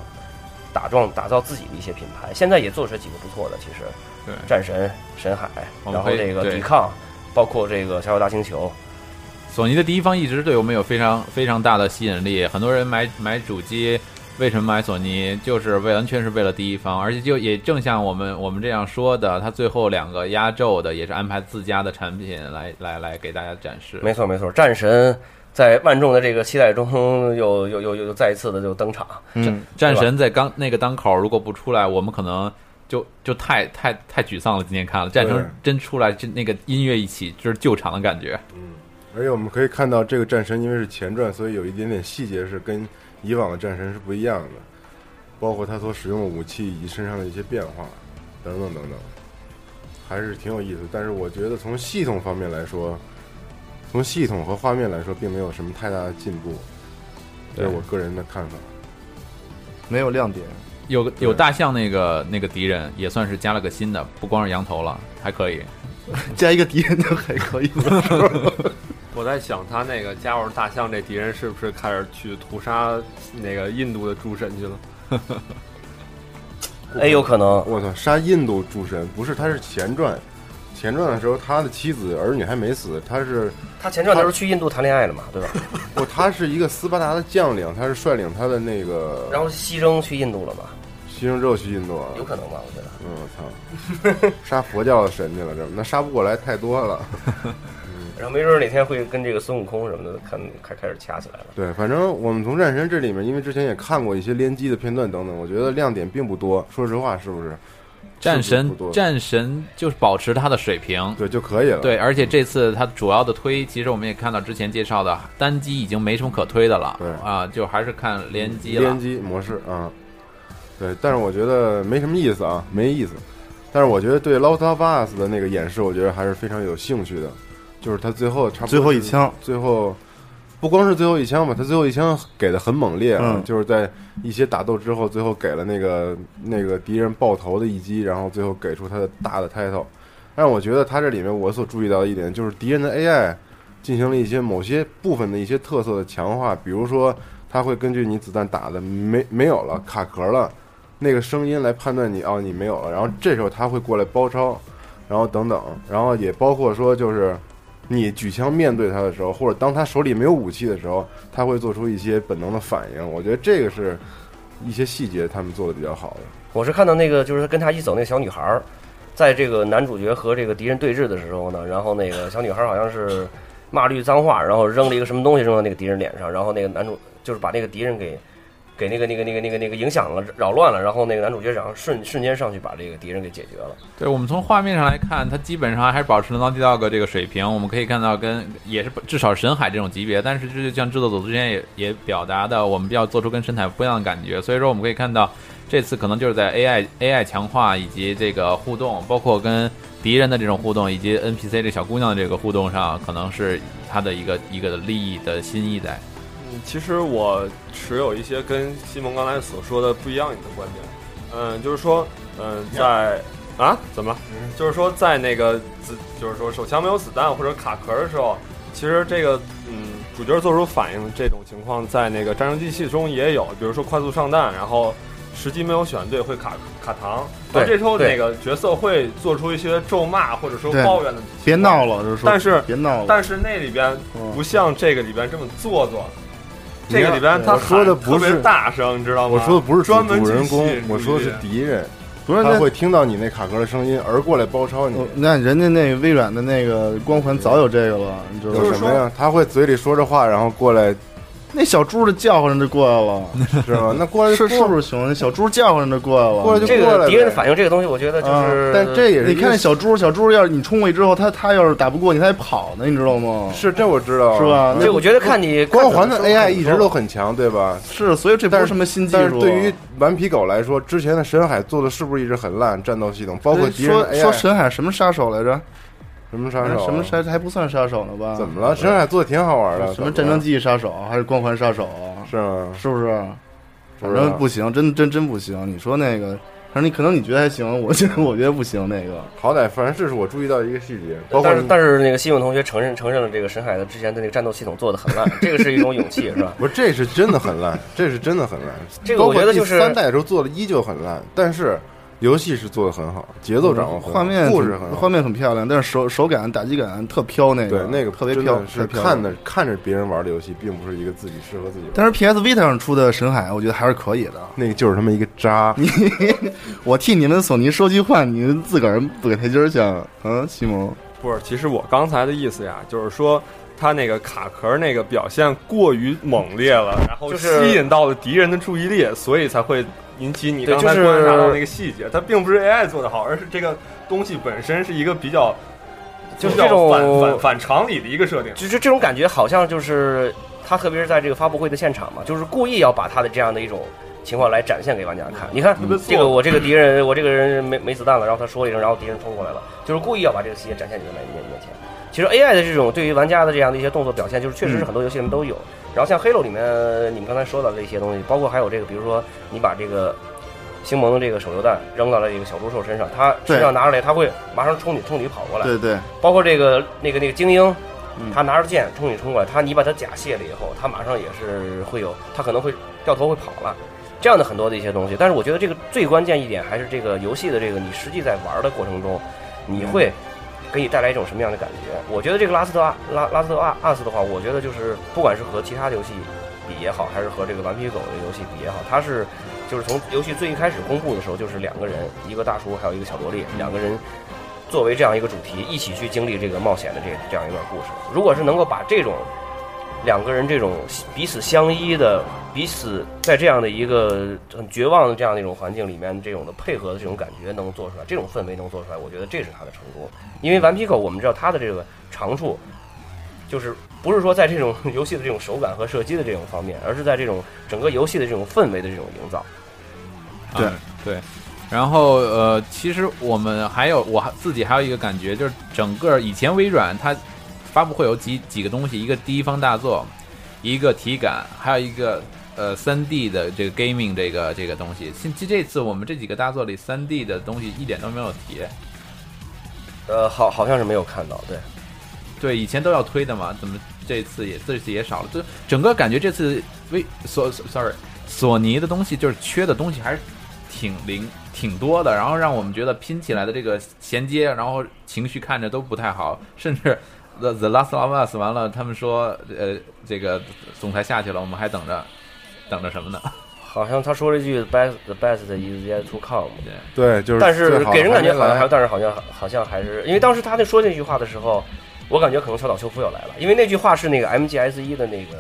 Speaker 1: 打造打造自己的一些品牌，现在也做出了几个不错的，其实，
Speaker 2: 对
Speaker 1: 战神、神海，
Speaker 2: 我们
Speaker 1: 然后
Speaker 2: 会
Speaker 1: 这个
Speaker 2: 对
Speaker 1: 抵抗，包括这个《小小大星球
Speaker 2: 索尼的第一方一直对我们有非常非常大的吸引力，很多人买买主机。为什么买索尼？就是为完全是为了第一方，而且就也正像我们我们这样说的，它最后两个压轴的也是安排自家的产品来 [laughs] 来来给大家展示》，。
Speaker 1: 没错没错，战神在万众的这个期待中又又又又又再一次的就登场，
Speaker 5: 嗯，
Speaker 2: 战神在刚那个当口如果不出来，我们可能就就太太太沮丧了。今天看了战神真出来，这那个音乐一起就是救场的感觉。
Speaker 3: 而且我们可以看到，这个战神因为是前传，所以有一点点细节是跟以往的战神是不一样的，包括他所使用的武器以及身上的一些变化，等等等等，还是挺有意思。但是我觉得从系统方面来说，从系统和画面来说，并没有什么太大的进步，这是我个人的看法。
Speaker 5: 没有亮点。
Speaker 2: 有个有大象那个那个敌人也算是加了个新的，不光是羊头了，还可以。
Speaker 5: 加一个敌人就还可以了，是吧
Speaker 4: 我在想，他那个加入大象这敌人是不是开始去屠杀那个印度的诸神去了？
Speaker 1: 哎，有可能
Speaker 3: 我操，杀印度诸神不是，他是前传，前传的时候他的妻子儿女还没死，他是
Speaker 1: 他前传的时候去印度谈恋爱了嘛，对吧？
Speaker 3: 不，他是一个斯巴达的将领，他是率领他的那个，
Speaker 1: 然后牺牲去印度了嘛，
Speaker 3: 牺牲之后去印度啊。
Speaker 1: 有可能吧？我觉得。
Speaker 3: 嗯，我操，杀佛教的神去了，这那杀不过来太多了。
Speaker 1: 然后没准哪天会跟这个孙悟空什么的，看开开始掐起来了。
Speaker 3: 对，反正我们从战神这里面，因为之前也看过一些联机的片段等等，我觉得亮点并不多。说实话，是不是？
Speaker 2: 战
Speaker 3: 是
Speaker 2: 神
Speaker 3: 不多
Speaker 2: 战神就是保持它的水平。
Speaker 3: 对就可以了。，
Speaker 2: 对，而且这次它主要的推，其实我们也看到之前介绍的单机已经没什么可推的了，
Speaker 3: 对
Speaker 2: 啊，就还是看联机了
Speaker 3: 联。机模式啊、对，但是我觉得没什么意思啊，没意思。但是我觉得对《Last of Us》的那个演示，我觉得还是非常有兴趣的，就是他最后差不多
Speaker 5: 最后一
Speaker 3: 是
Speaker 5: 枪，
Speaker 3: 最后不光是最后一枪吧，他最后一枪给的很猛烈、啊，
Speaker 5: 嗯
Speaker 3: 就是在一些打斗之后，最后给了那个那个敌人爆头的一击，然后最后给出他的大的 title。但是我觉得他这里面我所注意到的一点就是敌人的 AI 进行了一些某些部分的一些特色的强化，比如说他会根据你子弹打的没没有了卡壳了。那个声音来判断你哦，你没有了，然后这时候他会过来包抄，然后等等，然后也包括说就是你举枪面对他的时候，或者当他手里没有武器的时候，他会做出一些本能的反应。我觉得这个是一些细节他们做的比较好的。
Speaker 1: 我是看到那个就是跟他一起走那个小女孩儿，在这个男主角和这个敌人对峙的时候呢，然后那个小女孩儿好像是骂了一句脏话，然后扔了一个什么东西扔到那个敌人脸上，然后那个男主就是把那个敌人给给那个那个那个那个那个影响了，扰乱了，然后那个男主角然后瞬瞬间上去把这个敌人给解决了。
Speaker 2: 对，我们从画面上来看，它基本上还是保持了 Naughty Dog 这个水平。我们可以看到跟，也是至少神海这种级别，但是这就像制作组之前也也表达的，我们要做出跟神海不一样的感觉。所以说，我们可以看到这次可能就是在 AI AI 强化以及这个互动，包括跟敌人的这种互动，以及 NPC 这小姑娘的这个互动上，可能是它的一个一个利益的新一代。
Speaker 4: 嗯，其实我持有一些跟西蒙刚才所说的不一样的观点。嗯，就是说，嗯，在啊，怎么了？
Speaker 5: 嗯
Speaker 4: 就是说，在那个子，就是说手枪没有子弹或者卡壳的时候，其实这个嗯，主角做出反应的这种情况，在那个战争机器中也有，比如说快速上弹，然后时机没有选对会卡卡糖，
Speaker 1: 对
Speaker 4: 然后这时候
Speaker 1: 对
Speaker 4: 那个角色会做出一些咒骂或者说
Speaker 5: 对
Speaker 4: 抱怨的，
Speaker 5: 别闹。了，就是说，
Speaker 4: 但是
Speaker 5: 别闹了，
Speaker 4: 但是那里边
Speaker 5: 嗯
Speaker 4: 不像这个里边这么做作，
Speaker 3: 你
Speaker 4: 这个里边他
Speaker 3: 我说的
Speaker 4: 喊
Speaker 3: 不
Speaker 4: 特别
Speaker 3: 是
Speaker 4: 大声，你知道吗？
Speaker 3: 我说的不是主
Speaker 4: 专门
Speaker 3: 主
Speaker 4: 去
Speaker 3: 人公
Speaker 4: 吸引，
Speaker 3: 我说的
Speaker 4: 注
Speaker 3: 是
Speaker 4: 意力
Speaker 3: 敌人，
Speaker 5: 不是
Speaker 3: 他
Speaker 5: 那
Speaker 3: 会听到你那卡壳的声音而过来包抄你
Speaker 5: 呃。那人家那微软的那个光环早有这个了，你知道
Speaker 3: 有
Speaker 5: 吗？
Speaker 3: 什么呀？他会嘴里说着话，然后过来，
Speaker 5: [laughs] 那小猪的叫唤着就过来了，
Speaker 3: 是吗？那过来
Speaker 5: 是是
Speaker 3: 过
Speaker 5: 不是熊？那小猪叫唤着就过来了，
Speaker 3: 过来就
Speaker 1: 这
Speaker 3: 过来
Speaker 1: 个
Speaker 3: 呗
Speaker 1: 敌人反应这个东西，我觉得就
Speaker 5: 啊
Speaker 1: 是，
Speaker 3: 但这也是
Speaker 5: 你
Speaker 3: 一个
Speaker 5: 看那小猪，小猪要是你冲过去之后，它它要是打不过你，它还跑呢，你知道吗？
Speaker 3: 是哦这我知道，啊
Speaker 5: 是吧那
Speaker 1: 这我觉得看你
Speaker 3: 光环的
Speaker 1: 看怎么说
Speaker 3: AI 一直都很强，对吧？
Speaker 5: 是，所以这不
Speaker 3: 但是
Speaker 5: 什么新技
Speaker 3: 但是
Speaker 5: 术。啊
Speaker 3: 对于顽皮狗来说，之前的深海做的是不是一直很烂？战斗系统，包括敌人
Speaker 5: 说
Speaker 3: 的 AI
Speaker 5: 说沈海什么杀手来着？
Speaker 3: 什么杀手啊，
Speaker 5: 哎什么杀还不算杀手呢
Speaker 1: 啊
Speaker 5: 吧？呃
Speaker 3: 怎么了？深海做的挺好玩的，
Speaker 5: 什么
Speaker 3: 怎
Speaker 5: 战
Speaker 3: 了
Speaker 5: 争记忆杀手还是光环杀手？
Speaker 3: 是吗？
Speaker 5: 是不是？
Speaker 3: 不
Speaker 5: 反
Speaker 3: 知道
Speaker 5: 正不行，真真真不行。你说那个，反正你可能你觉得还行，我觉得我觉得不行。那个
Speaker 3: 好歹反正这是我注意到一个细节，包括
Speaker 1: 但是但是那个新勇同学承认承认了这个深海的之前的那个战斗系统做的很烂，这个是一种勇气，是吧？
Speaker 3: 不是，这是真的很烂， [laughs] 这是真的很烂。
Speaker 1: 这个我觉得就是
Speaker 3: 包括第三代的时候做的依旧很烂，但是游戏是做的很好，节奏掌握
Speaker 1: 嗯
Speaker 3: 很好
Speaker 5: 画面
Speaker 3: 故事
Speaker 5: 挺
Speaker 3: 很好，
Speaker 5: 画面很漂亮，但是手手感打击感特飘，那
Speaker 3: 对
Speaker 5: 个
Speaker 3: 那个
Speaker 5: 特别
Speaker 3: 真
Speaker 5: 飘
Speaker 3: 的，是
Speaker 5: 太飘
Speaker 3: 看
Speaker 5: 了
Speaker 3: 着看着别人玩的游戏，并不是一个自己适合自己玩的。
Speaker 5: 但是 PS Vita 上出的《神海》，我觉得还是可以的。
Speaker 3: 那个就是他妈一个渣，
Speaker 5: 我替你们索尼说句话，你们自个儿不给台阶儿下。嗯，西蒙，
Speaker 4: 不是，其实我刚才的意思呀，就是说他那个卡壳那个表现过于猛烈了，然后
Speaker 1: 就是
Speaker 4: 吸引到了敌人的注意力，所以才会引起你
Speaker 1: 对
Speaker 4: 刚才
Speaker 1: 就是
Speaker 4: 观察到那个细节。它并不是 AI 做的好，而是这个东西本身是一个比较
Speaker 1: 就是
Speaker 4: 比较
Speaker 1: 这种
Speaker 4: 反反反常理的一个设定。
Speaker 1: 就是这种感觉，好像就是他，特别是在这个发布会的现场嘛，就是故意要把他的这样的一种情况来展现给玩家看。你看
Speaker 4: 特别，
Speaker 1: 这
Speaker 4: 做
Speaker 1: 个我这个敌人，我这个人没没子弹了，然后他说一声，然后敌人冲过来了，就是故意要把这个细节展现给玩家面前。其实 AI 的这种对于玩家的这样的一些动作表现，就是确实是很多游戏里面都有。然后像《Halo》里面，你们刚才说到的一些东西，包括还有这个，比如说你把这个星盟的这个手榴弹扔到了这个小助手身上，他身上拿出来，他会马上冲你冲你跑过来。
Speaker 5: 对对，
Speaker 1: 包括这个那个那个精英
Speaker 5: 嗯，
Speaker 1: 他拿着剑冲你冲过来，他你把他甲卸了以后，他马上也是会有，他可能会掉头会跑了，这样的很多的一些东西。但是我觉得这个最关键一点还是这个游戏的这个你实际在玩的过程中，你会给你带来一种什么样的感觉？我觉得这个拉斯特阿拉拉斯特阿阿斯的话，我觉得就是不管是和其他游戏比也好，还是和这个顽皮狗的游戏比也好，它是就是从游戏最一开始公布的时候，就是两个人，一个大叔还有一个小萝莉，两个人作为这样一个主题，一起去经历这个冒险的这这样一段故事。如果是能够把这种两个人这种彼此相依的、彼此在这样的一个很绝望的这样的一种环境里面，这种的配合的这种感觉能做出来，这种氛围能做出来，我觉得这是他的成功。因为顽皮狗我们知道它的这个长处，就是不是说在这种游戏的这种手感和射击的这种方面，而是在这种整个游戏的这种氛围的这种营造。
Speaker 5: 对
Speaker 2: 啊对。然后呃，其实我们还有我还自己还有一个感觉，就是整个以前微软它发布会有几几个东西，一个第一方大作，一个体感，还有一个呃三 D 的这个 gaming 这个这个东西。现这这次我们这几个大作里，三 D 的东西一点都没有提。
Speaker 1: 呃，好，好像是没有看到，对，
Speaker 2: 对，以前都要推的嘛，怎么这次也这次也少了？就整个感觉这次微索索 sorry 索尼的东西就是缺的东西还是挺零挺多的，然后让我们觉得拼起来的这个衔接，然后情绪看着都不太好，甚至 The The Last of Us 完了，他们说呃这个总裁下去了，我们还等着等着什么呢？
Speaker 1: 好像他说了一句 “best the best is yet to come”，
Speaker 3: 对，就是
Speaker 1: 但是
Speaker 3: 最好
Speaker 1: 给人感觉
Speaker 3: 还没
Speaker 1: 好像还
Speaker 3: 来
Speaker 1: 有，但是好像好像还是因为当时他在说那句话的时候，我感觉可能小岛秀夫要来了，因为那句话是那个 MGS 一的那个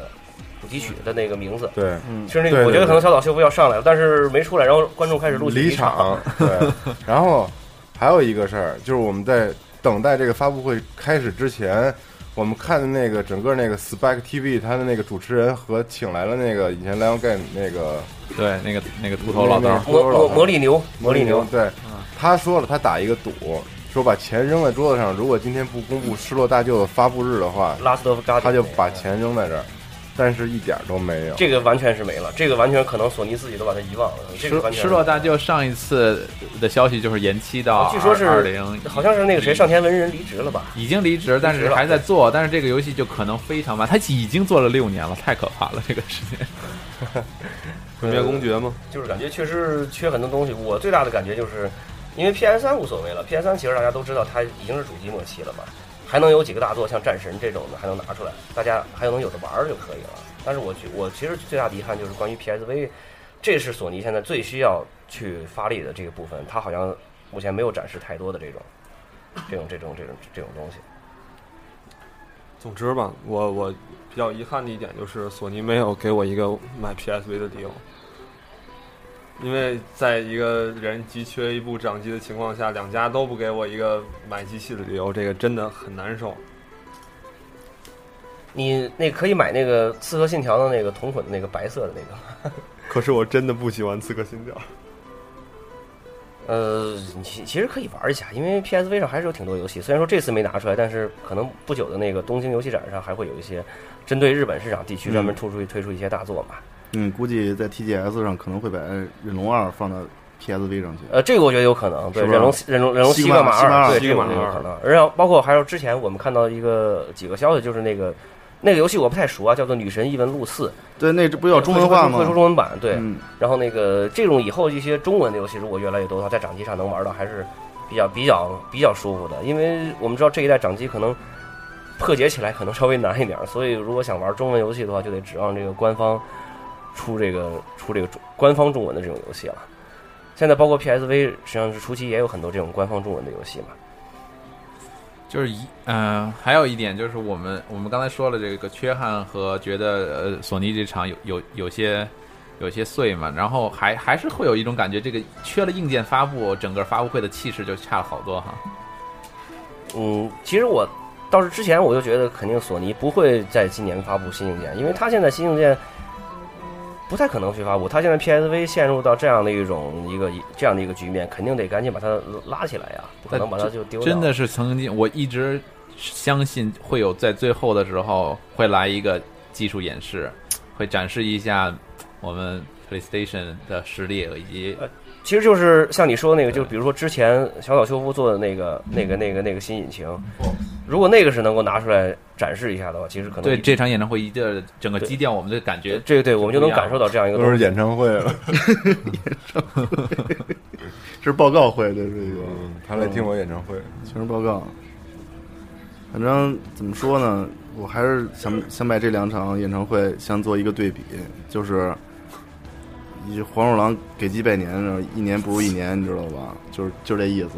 Speaker 1: 主题曲的那个名字。
Speaker 3: 对，
Speaker 1: 是那个，
Speaker 3: 嗯对对
Speaker 1: 我觉得
Speaker 3: 对
Speaker 1: 可能小岛秀夫要上来了，但是没出来，然后观众开始陆续
Speaker 3: 离
Speaker 1: 场。
Speaker 3: 场，对。然后还有一个事儿，就是我们在等待这个发布会开始之前，我们看的那个整个那个 Spike TV 它的那个主持人和请来了那个以前 Lion Game 那个
Speaker 2: 对，那个那个秃头老头儿，
Speaker 1: 魔魔魔力牛，魔
Speaker 3: 魔
Speaker 1: 力
Speaker 3: 力
Speaker 1: 牛
Speaker 3: 牛，，对，他说了他打一个赌，说把钱扔在桌子上，如果今天不公布失落大舅的发布日的话，
Speaker 1: 拉斯多夫加
Speaker 3: 他就把钱扔在这儿。但是一点儿都没有。
Speaker 1: 这个完全是没了，这个完全可能索尼自己都把它遗忘了。这个
Speaker 2: 失
Speaker 1: 完全
Speaker 2: 失落大舅上一次的消息就是延期到
Speaker 1: 据说是
Speaker 2: 二零，
Speaker 1: 好像是那个谁上田文人离职了吧？
Speaker 2: 已经离职，但是还在做，但是这个游戏就可能非常慢，他已经做了六年了，太可怕了，这个时间。
Speaker 4: 毁灭公爵吗？
Speaker 1: 就是感觉确实缺很多东西。我最大的感觉就是，因为 PS 三无所谓了，PS 三其实大家都知道它已经是主机末期了嘛，还能有几个大作像战神这种的还能拿出来，大家还能有的玩儿就可以了。但是我觉我其实最大的遗憾就是关于 PSV，这是索尼现在最需要去发力的这个部分，它好像目前没有展示太多的这种。这种这种这种这种东西，
Speaker 4: 总之吧，我我比较遗憾的一点就是索尼没有给我一个买 PSV 的理由，因为在一个人急缺一部掌机的情况下，两家都不给我一个买机器的理由，这个真的很难受。
Speaker 1: 你那可以买那个《刺客信条》的那个同捆的那个白色的那个，
Speaker 4: 可是我真的不喜欢《刺客信条》，
Speaker 1: 呃，其其实可以玩一下，因为 PSV 上还是有挺多游戏。虽然说这次没拿出来，但是可能不久的那个东京游戏展上还会有一些针对日本市场地区专门突出推出一些大作嘛。
Speaker 5: 嗯，估计在 TGS 上可能会把《忍龙二》放到 PSV 上去。
Speaker 1: 呃，这个我觉得有可能，对，
Speaker 5: 是吧
Speaker 1: 忍龙忍龙忍龙
Speaker 5: 西
Speaker 1: 西
Speaker 5: 格玛
Speaker 1: 格玛
Speaker 5: 西格玛
Speaker 1: 二，对，
Speaker 4: 西
Speaker 1: 这个
Speaker 4: 格玛
Speaker 1: 我觉得有
Speaker 4: 二
Speaker 1: 可能。然后包括还有之前我们看到一个几个消息，就是那个那个游戏我不太熟啊，叫做《女神异闻录四》，
Speaker 5: 对，那这不有中文
Speaker 1: 会
Speaker 5: 化
Speaker 1: 出会出
Speaker 5: 吗？
Speaker 1: 中文版，对。
Speaker 5: 嗯，
Speaker 1: 然后那个这种以后一些中文的游戏，如果越来越多的话，在掌机上能玩到还是比较比较比较舒服的，因为我们知道这一代掌机可能破解起来可能稍微难一点儿，所以如果想玩中文游戏的话，就得指望这个官方出这个出这个中官方中文的这种游戏了。现在包括 PSV，实际上是初期也有很多这种官方中文的游戏嘛。
Speaker 2: [laughs] 就是一呃，还有一点就是我们我们刚才说了这个缺憾和觉得呃索尼这场有有有些有些碎嘛，然后还还是会有一种感觉，这个缺了硬件发布，整个发布会的气势就差了好多哈。
Speaker 1: 嗯，其实我倒是之前我就觉得，肯定索尼不会在今年发布新硬件，因为它现在新硬件不太可能去发布。它现在 PSV 陷入到这样的一种一个这样的一个局面，肯定得赶紧把它拉起来呀，不可能把它就丢掉。
Speaker 2: 真的，是曾经我一直相信会有在最后的时候会来一个技术演示，会展示一下我们 PlayStation 的实力以及
Speaker 1: 其实就是像你说的那个，就比如说之前小岛修夫做的那个那个那个那个新引擎，如果那个是能够拿出来展示一下的话，其实可能
Speaker 2: 对这场演唱会一个整个基调，我们的感觉
Speaker 1: 呃这个对我们就能感受到这样一个
Speaker 3: 都
Speaker 1: 东
Speaker 3: 是
Speaker 1: 西。
Speaker 3: 演唱会了，
Speaker 5: 这是报告会，这是一个
Speaker 3: 嗯，他来听我演唱会，
Speaker 5: 全是报告。反正怎么说呢，我还是想想把这两场演唱会想做一个对比，就是以黄鼠狼给鸡拜年，然后一年不如一年，你知道吧？就是就这意思，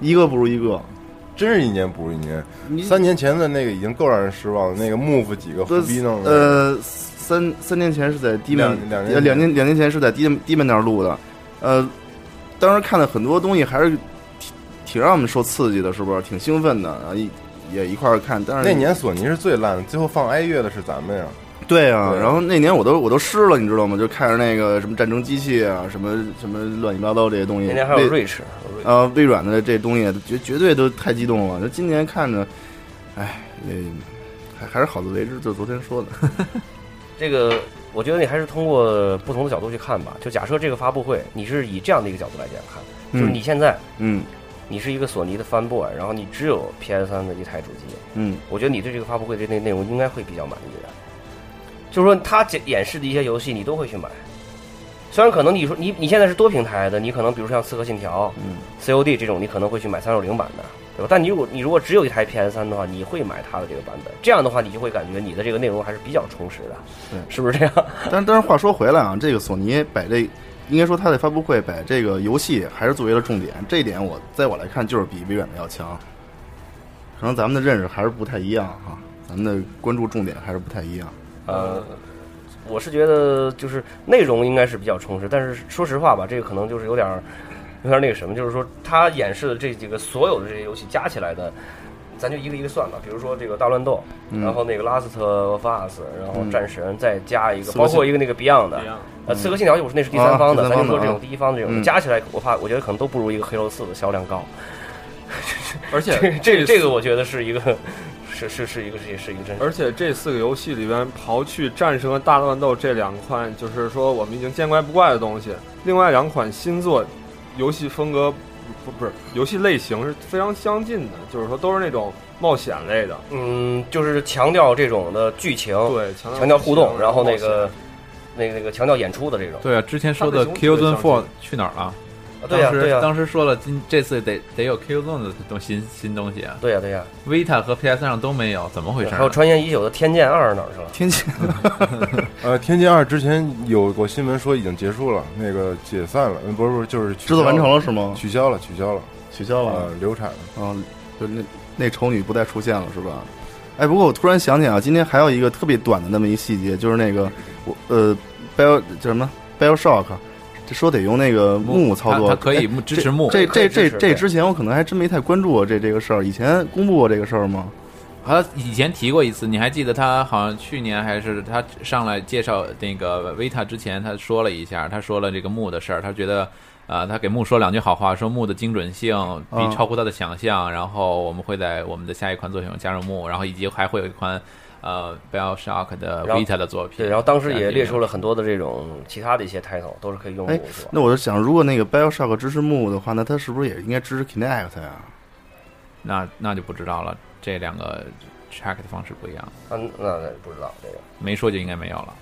Speaker 5: 一个不如一个。
Speaker 3: 真是一年不如一年。三年前的那个已经够让人失望了，那个 move 几个胡逼弄的，
Speaker 5: 呃，三三年前是在低曼
Speaker 3: 两两年
Speaker 5: 呃两年两年前是在低低曼那儿录的，呃，当时看了很多东西，还是挺挺让我们受刺激的，是不是？挺兴奋的，啊一也一块儿看。但是
Speaker 3: 那年索尼是最烂的，最后放哀乐的是咱们呀。
Speaker 5: 对啊，
Speaker 3: 对
Speaker 5: 然后那年我都我都湿了，你知道吗？就看着那个什么战争机器啊，什么什么乱七八糟这些东西。
Speaker 1: 那天还有
Speaker 5: 微
Speaker 1: Rich，
Speaker 5: 啊，微软的这东西绝绝对都太激动了。这今年看着，哎，也还还是好自为之，就昨天说的。
Speaker 1: 这个我觉得你还是通过不同的角度去看吧。就假设这个发布会，你是以这样的一个角度来讲看，就是你现在
Speaker 5: 嗯
Speaker 1: 你是一个索尼的 fanboy，然后你只有 PS 3的一台主机，
Speaker 5: 嗯
Speaker 1: 我觉得你对这个发布会的内内容应该会比较满意的。就是说，他解演示的一些游戏，你都会去买。虽然可能你说你你现在是多平台的，你可能比如像《刺客信条》、
Speaker 5: 嗯
Speaker 1: COD 这种，你可能会去买三六零版的，对吧？但你如果你如果只有一台 PS 3的话，你会买它的这个版本。这样的话，你就会感觉你的这个内容还是比较充实的，
Speaker 5: 对
Speaker 1: 是不是这样？
Speaker 5: 但但是话说回来啊，这个索尼把这，应该说它的发布会把这个游戏还是作为了重点，这一点我在我来看就是比微软的要强。可能咱们的认识还是不太一样哈、咱们的关注重点还是不太一样。
Speaker 1: 呃，我是觉得就是内容应该是比较充实，但是说实话吧，这个可能就是有点儿有点儿那个什么，就是说他演示的这几个所有的这些游戏加起来的，咱就一个一个算吧。比如说这个大乱斗，
Speaker 5: 嗯
Speaker 1: 然后那个 Last of Us，然后
Speaker 5: 嗯
Speaker 1: 战神，再加一个，
Speaker 5: 刺客
Speaker 1: 包
Speaker 5: 信
Speaker 1: 括一个那个 Beyond 的。呃，刺客信条就不是那是第三
Speaker 5: 嗯啊
Speaker 1: 方的，
Speaker 5: 第
Speaker 1: 咱
Speaker 5: 三
Speaker 1: 就
Speaker 5: 方
Speaker 1: 说这
Speaker 5: 的
Speaker 1: 种
Speaker 5: 啊
Speaker 1: 第一方的这种，
Speaker 5: 嗯
Speaker 1: 加起来我怕我觉得可能都不如一个黑楼四的销量高。
Speaker 4: 而且
Speaker 1: 这这个我觉得是一个 [laughs] 是是是一个是是一个真实。
Speaker 4: 而且这四个游戏里边，刨去战神和大乱斗这两款，就是说我们已经见怪不怪的东西，另外两款新作，游戏风格不不是游戏类型是非常相近的，就是说都是那种冒险类的，
Speaker 1: 嗯，就是强调这种的剧情，
Speaker 4: 对，强
Speaker 1: 强调互
Speaker 2: 嗯
Speaker 1: 动，然后那
Speaker 4: 冒
Speaker 1: 个
Speaker 4: 险。
Speaker 1: 那个那个强调演出的这种，
Speaker 2: 对啊，之前说的
Speaker 4: 大卫
Speaker 2: Q Zone
Speaker 4: 熊特别相
Speaker 2: Four
Speaker 4: 似
Speaker 2: 去哪儿了？
Speaker 1: 啊对呀、
Speaker 2: 当时
Speaker 1: 对呀、
Speaker 2: 当时说了，今这次得得有 Q Zone 的东新新东西啊
Speaker 1: 对呀、对呀、
Speaker 2: ，Vita 和 PS 上都没有，怎么回事
Speaker 1: 还有
Speaker 2: 啊？
Speaker 1: 传言已久的《天剑二》哪儿去了？
Speaker 5: 天气
Speaker 3: 呃，天剑二之前有过新闻说已经结束了，那个解散了，嗯不是不是，就是取
Speaker 5: 制
Speaker 3: 消
Speaker 5: 作完成，了是吗？
Speaker 3: 取消了，取消了，
Speaker 5: 取消了
Speaker 3: 呃，。流产了。
Speaker 5: 嗯，就那那丑女不再出现了，是吧？哎，不过我突然想起啊，今天还有一个特别短的那么一细节，就是那个我呃，Bio 叫什么 BioShock，这说得用那个木操作，
Speaker 2: 它它可以
Speaker 5: 哎。
Speaker 2: 木支持木，
Speaker 5: 这
Speaker 1: 可以支
Speaker 5: 这这
Speaker 1: 持
Speaker 5: 这
Speaker 1: 对
Speaker 5: 之前我可能还真没太关注过这这个事儿，以前公布过这个事儿吗？
Speaker 2: 他以前提过一次，你还记得他好像去年还是他上来介绍那个 Vita 之前，他说了一下，他说了这个木的事儿，他觉得。啊、他给木说两句好话，说木的精准性比
Speaker 5: 嗯
Speaker 2: 超乎他的想象，然后我们会在我们的下一款作品中加入木，然后以及还会有一款呃 BioShock 的
Speaker 1: 然后
Speaker 2: Vita 的作品。
Speaker 1: 对，然后当时也列出
Speaker 2: 了，
Speaker 1: 了很多的这种其他的一些 title，都是可以用
Speaker 5: 哎
Speaker 1: 武术。
Speaker 5: 那我就想，如果那个 BioShock 支持木的话，那它是不是也应该支持 Kinect 啊呀、
Speaker 2: 那那就不知道了，这两个 track 的方式不一样，
Speaker 1: 嗯，那那不知道这个。
Speaker 2: 没说就应该没有了。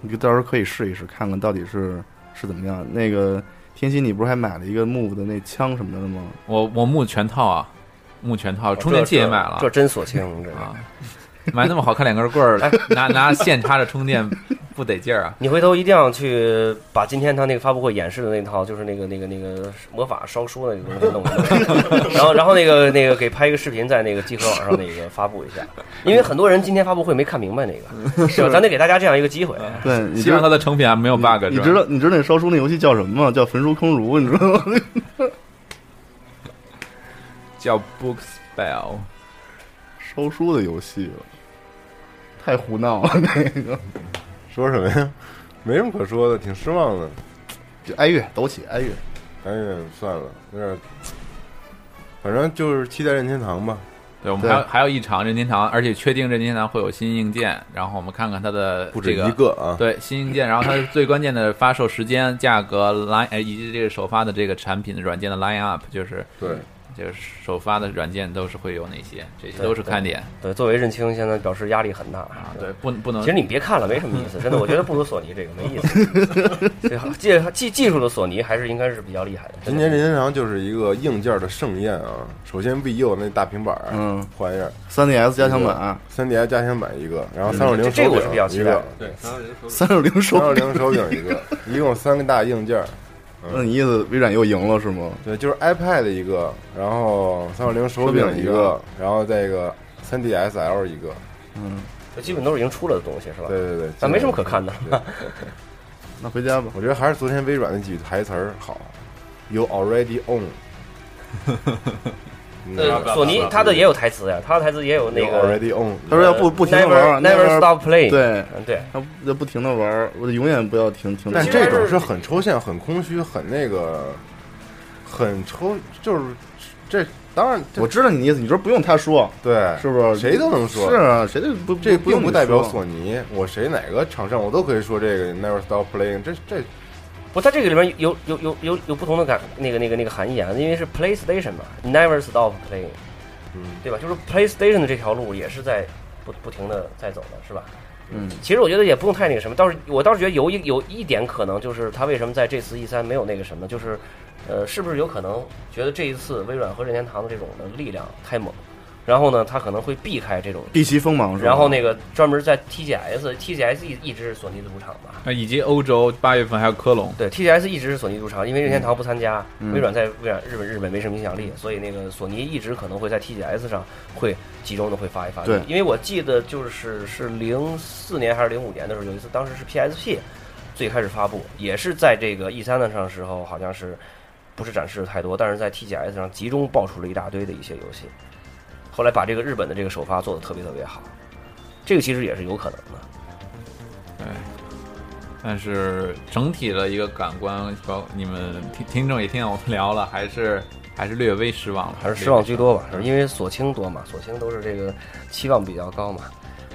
Speaker 5: 你就到时候可以试一试，看看到底是是怎么样。那个天心，你不是还买了一个木的那枪什么的吗？
Speaker 2: 我我木全套啊，木全套，充电器也买了，
Speaker 1: 这这真
Speaker 2: [laughs]
Speaker 1: 锁清，这个。
Speaker 2: 啊，买那么好看两根棍儿，哎拿拿线插着充电不得劲儿啊！
Speaker 1: 你回头一定要去把今天他那个发布会演示的那套，就是那个那个那个魔法烧书那个东西
Speaker 2: [laughs]
Speaker 1: 弄一弄，然后然后那个那个给拍一个视频，在那个集合网上那个发布一下，因为很多人今天发布会没看明白那
Speaker 2: [laughs]
Speaker 1: 个，是吧？咱得给大家这样一个机
Speaker 2: 嗯
Speaker 1: 会。
Speaker 5: [laughs] 对，你
Speaker 2: 希
Speaker 5: 知道
Speaker 2: 望它的成品啊没有 bug，
Speaker 5: 你
Speaker 2: 是吧
Speaker 5: 知道你知道那烧书那游戏叫什么吗？叫焚书坑儒，你知道吗？ [laughs]
Speaker 2: 叫 Book Spell，
Speaker 5: 烧书的游戏了，太胡闹了。那个
Speaker 3: 说什么呀？没什么可说的，挺失望的。
Speaker 5: 就哀乐，抖起哀乐。
Speaker 3: 哎呀，算了，有点，反正就是期待任天堂吧。
Speaker 2: 对我们
Speaker 5: 对
Speaker 2: 还有还有一场任天堂，而且确定任天堂会有新硬件，然后我们看看它的
Speaker 3: 不止
Speaker 2: 这
Speaker 3: 一个啊
Speaker 2: 对新硬件，然后它最关键的发售时间、价格、line 呃以及这个首发的这个产品软件的 line up，就是
Speaker 3: 对，
Speaker 2: 就是首发的软件都是会有哪些，这些
Speaker 1: 对
Speaker 2: 都是看点
Speaker 1: 对，作为任青现在表示压力很大
Speaker 2: 啊。对，不不能
Speaker 1: 其实你别看了，没什么意思，真的，我觉得不如索尼这个没意思。这技技技术的索尼还是应该是比较厉害的。真
Speaker 3: 今
Speaker 1: 的
Speaker 3: 年任天堂就是一个硬件的盛宴啊。首先 VU 那大平板儿，
Speaker 5: 嗯
Speaker 3: 换一下
Speaker 5: 三 DS 加强版，
Speaker 3: 三 DS 加强版一个，然后三六零
Speaker 1: 嗯这这
Speaker 3: 手
Speaker 1: 个我是比较
Speaker 3: 柄一
Speaker 1: 期待
Speaker 3: 个
Speaker 1: 的，。
Speaker 4: 对，三六零手
Speaker 5: 三六零
Speaker 3: 三
Speaker 5: 手
Speaker 3: 六
Speaker 5: 柄。
Speaker 3: 零手柄一个，一共三个大硬件儿。
Speaker 5: 那你意思微软又赢了是吗？
Speaker 3: 对，就是 iPad 一个，然后三六零手柄一
Speaker 5: 手柄一个
Speaker 3: 个，然后再一个三 DSL 一个。
Speaker 1: 这基本都是已经出了的东西，是吧？
Speaker 3: 对对对，
Speaker 1: 啊那没什么可看的。
Speaker 3: 对
Speaker 5: 那回家吧。
Speaker 3: 我觉得还是昨天微软那几句台词儿好，You already own 嗯。
Speaker 1: 呃，索尼它的也有台词呀，它的台词也有那
Speaker 3: You
Speaker 1: 个
Speaker 3: already own。
Speaker 5: 他说要不不停的
Speaker 1: never
Speaker 5: 玩
Speaker 1: never stop play。
Speaker 5: 对，
Speaker 1: 嗯，对，
Speaker 5: 他要不停的玩，我永远不要停停。
Speaker 3: 但
Speaker 1: 其实
Speaker 3: 这种是很抽象、很空虚、很那个、很抽，就是这当然这
Speaker 5: 我知道你的意思，你说不用他说，
Speaker 3: 对，
Speaker 5: 是不是？
Speaker 3: 谁都能说
Speaker 5: 是啊，谁都不
Speaker 3: 这
Speaker 5: 不用
Speaker 3: 并不
Speaker 5: 你
Speaker 3: 代表
Speaker 5: 说
Speaker 3: 索尼，我谁哪个厂商我都可以说这个 Never Stop Playing，这这
Speaker 1: 不，它这个里面有有有有有不同的感，那个那个那个含义啊，因为是 PlayStation 嘛，never stop play，
Speaker 3: 嗯，
Speaker 1: 对吧？就是 PlayStation 的这条路也是在不不停的在走的，是吧？
Speaker 5: 嗯，
Speaker 1: 其实我觉得也不用太那个什么，倒是我倒是觉得有一有一点可能就是他为什么在这次 E 三没有那个什么，就是，呃，是不是有可能觉得这一次微软和任天堂的这种的力量太猛，然后呢，他可能会避开这种，
Speaker 5: 避其锋芒是吧？
Speaker 1: 然后那个专门在 TGS，TGS 一一直是索尼的主场嘛，
Speaker 2: 啊，以及欧洲八月份还有科隆，
Speaker 1: 对，TGS 一直是索尼主场，因为任天堂不参加，微软在微软日本日本没什么影响力，所以那个索尼一直可能会在 TGS 上会集中的会发一发力。
Speaker 5: 对
Speaker 1: 因为我记得就是是零四年还是零五年的时候，有一次当时是 PSP 最开始发布，也是在这个 E 三的上的时候，好像是不是展示太多，但是在 TGS 上集中爆出了一大堆的一些游戏，后来把这个日本的这个首发做的特别特别好，这个其实也是有可能的。
Speaker 2: 哎，但是整体的一个感官，包括你们听听众也听见我们聊了，还是还是略微失望了，
Speaker 1: 还是失望居多吧，是因为索清多嘛，索清都是这个期望比较高嘛。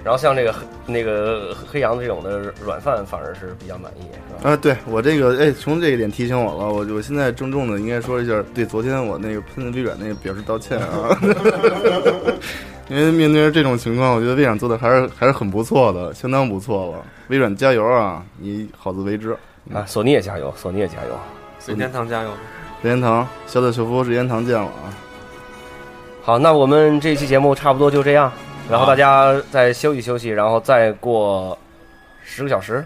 Speaker 1: 然后像这个黑那个黑羊这种的软饭，反而是比较满意，是吧？
Speaker 5: 啊，对我这个，哎，从这一点提醒我了，我我现在郑重的应该说一下，对昨天我那个喷微软那个表示道歉啊， [laughs] 因为面对这种情况，我觉得微软做的还是还是很不错的，相当不错了。微软加油啊，你好自为之。
Speaker 1: 啊，索尼也加油，索尼也加油。
Speaker 4: 随天堂加油！
Speaker 5: 任天堂，小岛秀夫，任天堂见了啊！
Speaker 1: 好，那我们这期节目差不多就这样，然后
Speaker 2: 好
Speaker 1: 大家再休息休息，然后再过十个小时，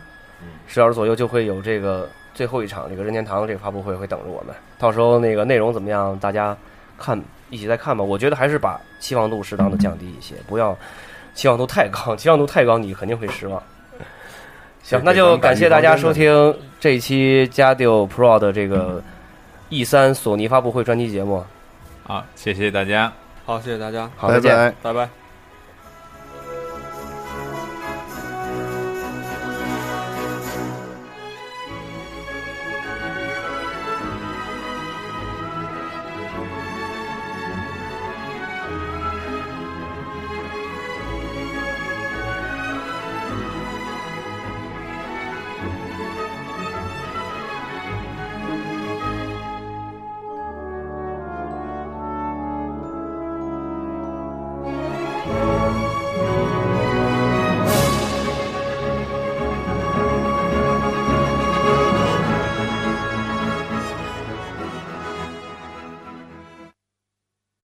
Speaker 1: 十小时左右就会有这个最后一场这个任天堂这个发布会会等着我们。到时候那个内容怎么样，大家看一起再看吧。我觉得还是把期望度适当的降低一些，不要期望度太高，期望度太高你肯定会 [laughs] 失望。行，那就感谢大家收听这一期加丢 Pro 的这个 E 三索尼发布会专题节目。
Speaker 2: 啊！谢谢大家。
Speaker 4: 好，谢谢大家，
Speaker 1: 好，
Speaker 5: 拜
Speaker 1: 再见。
Speaker 5: 拜。
Speaker 4: 拜拜。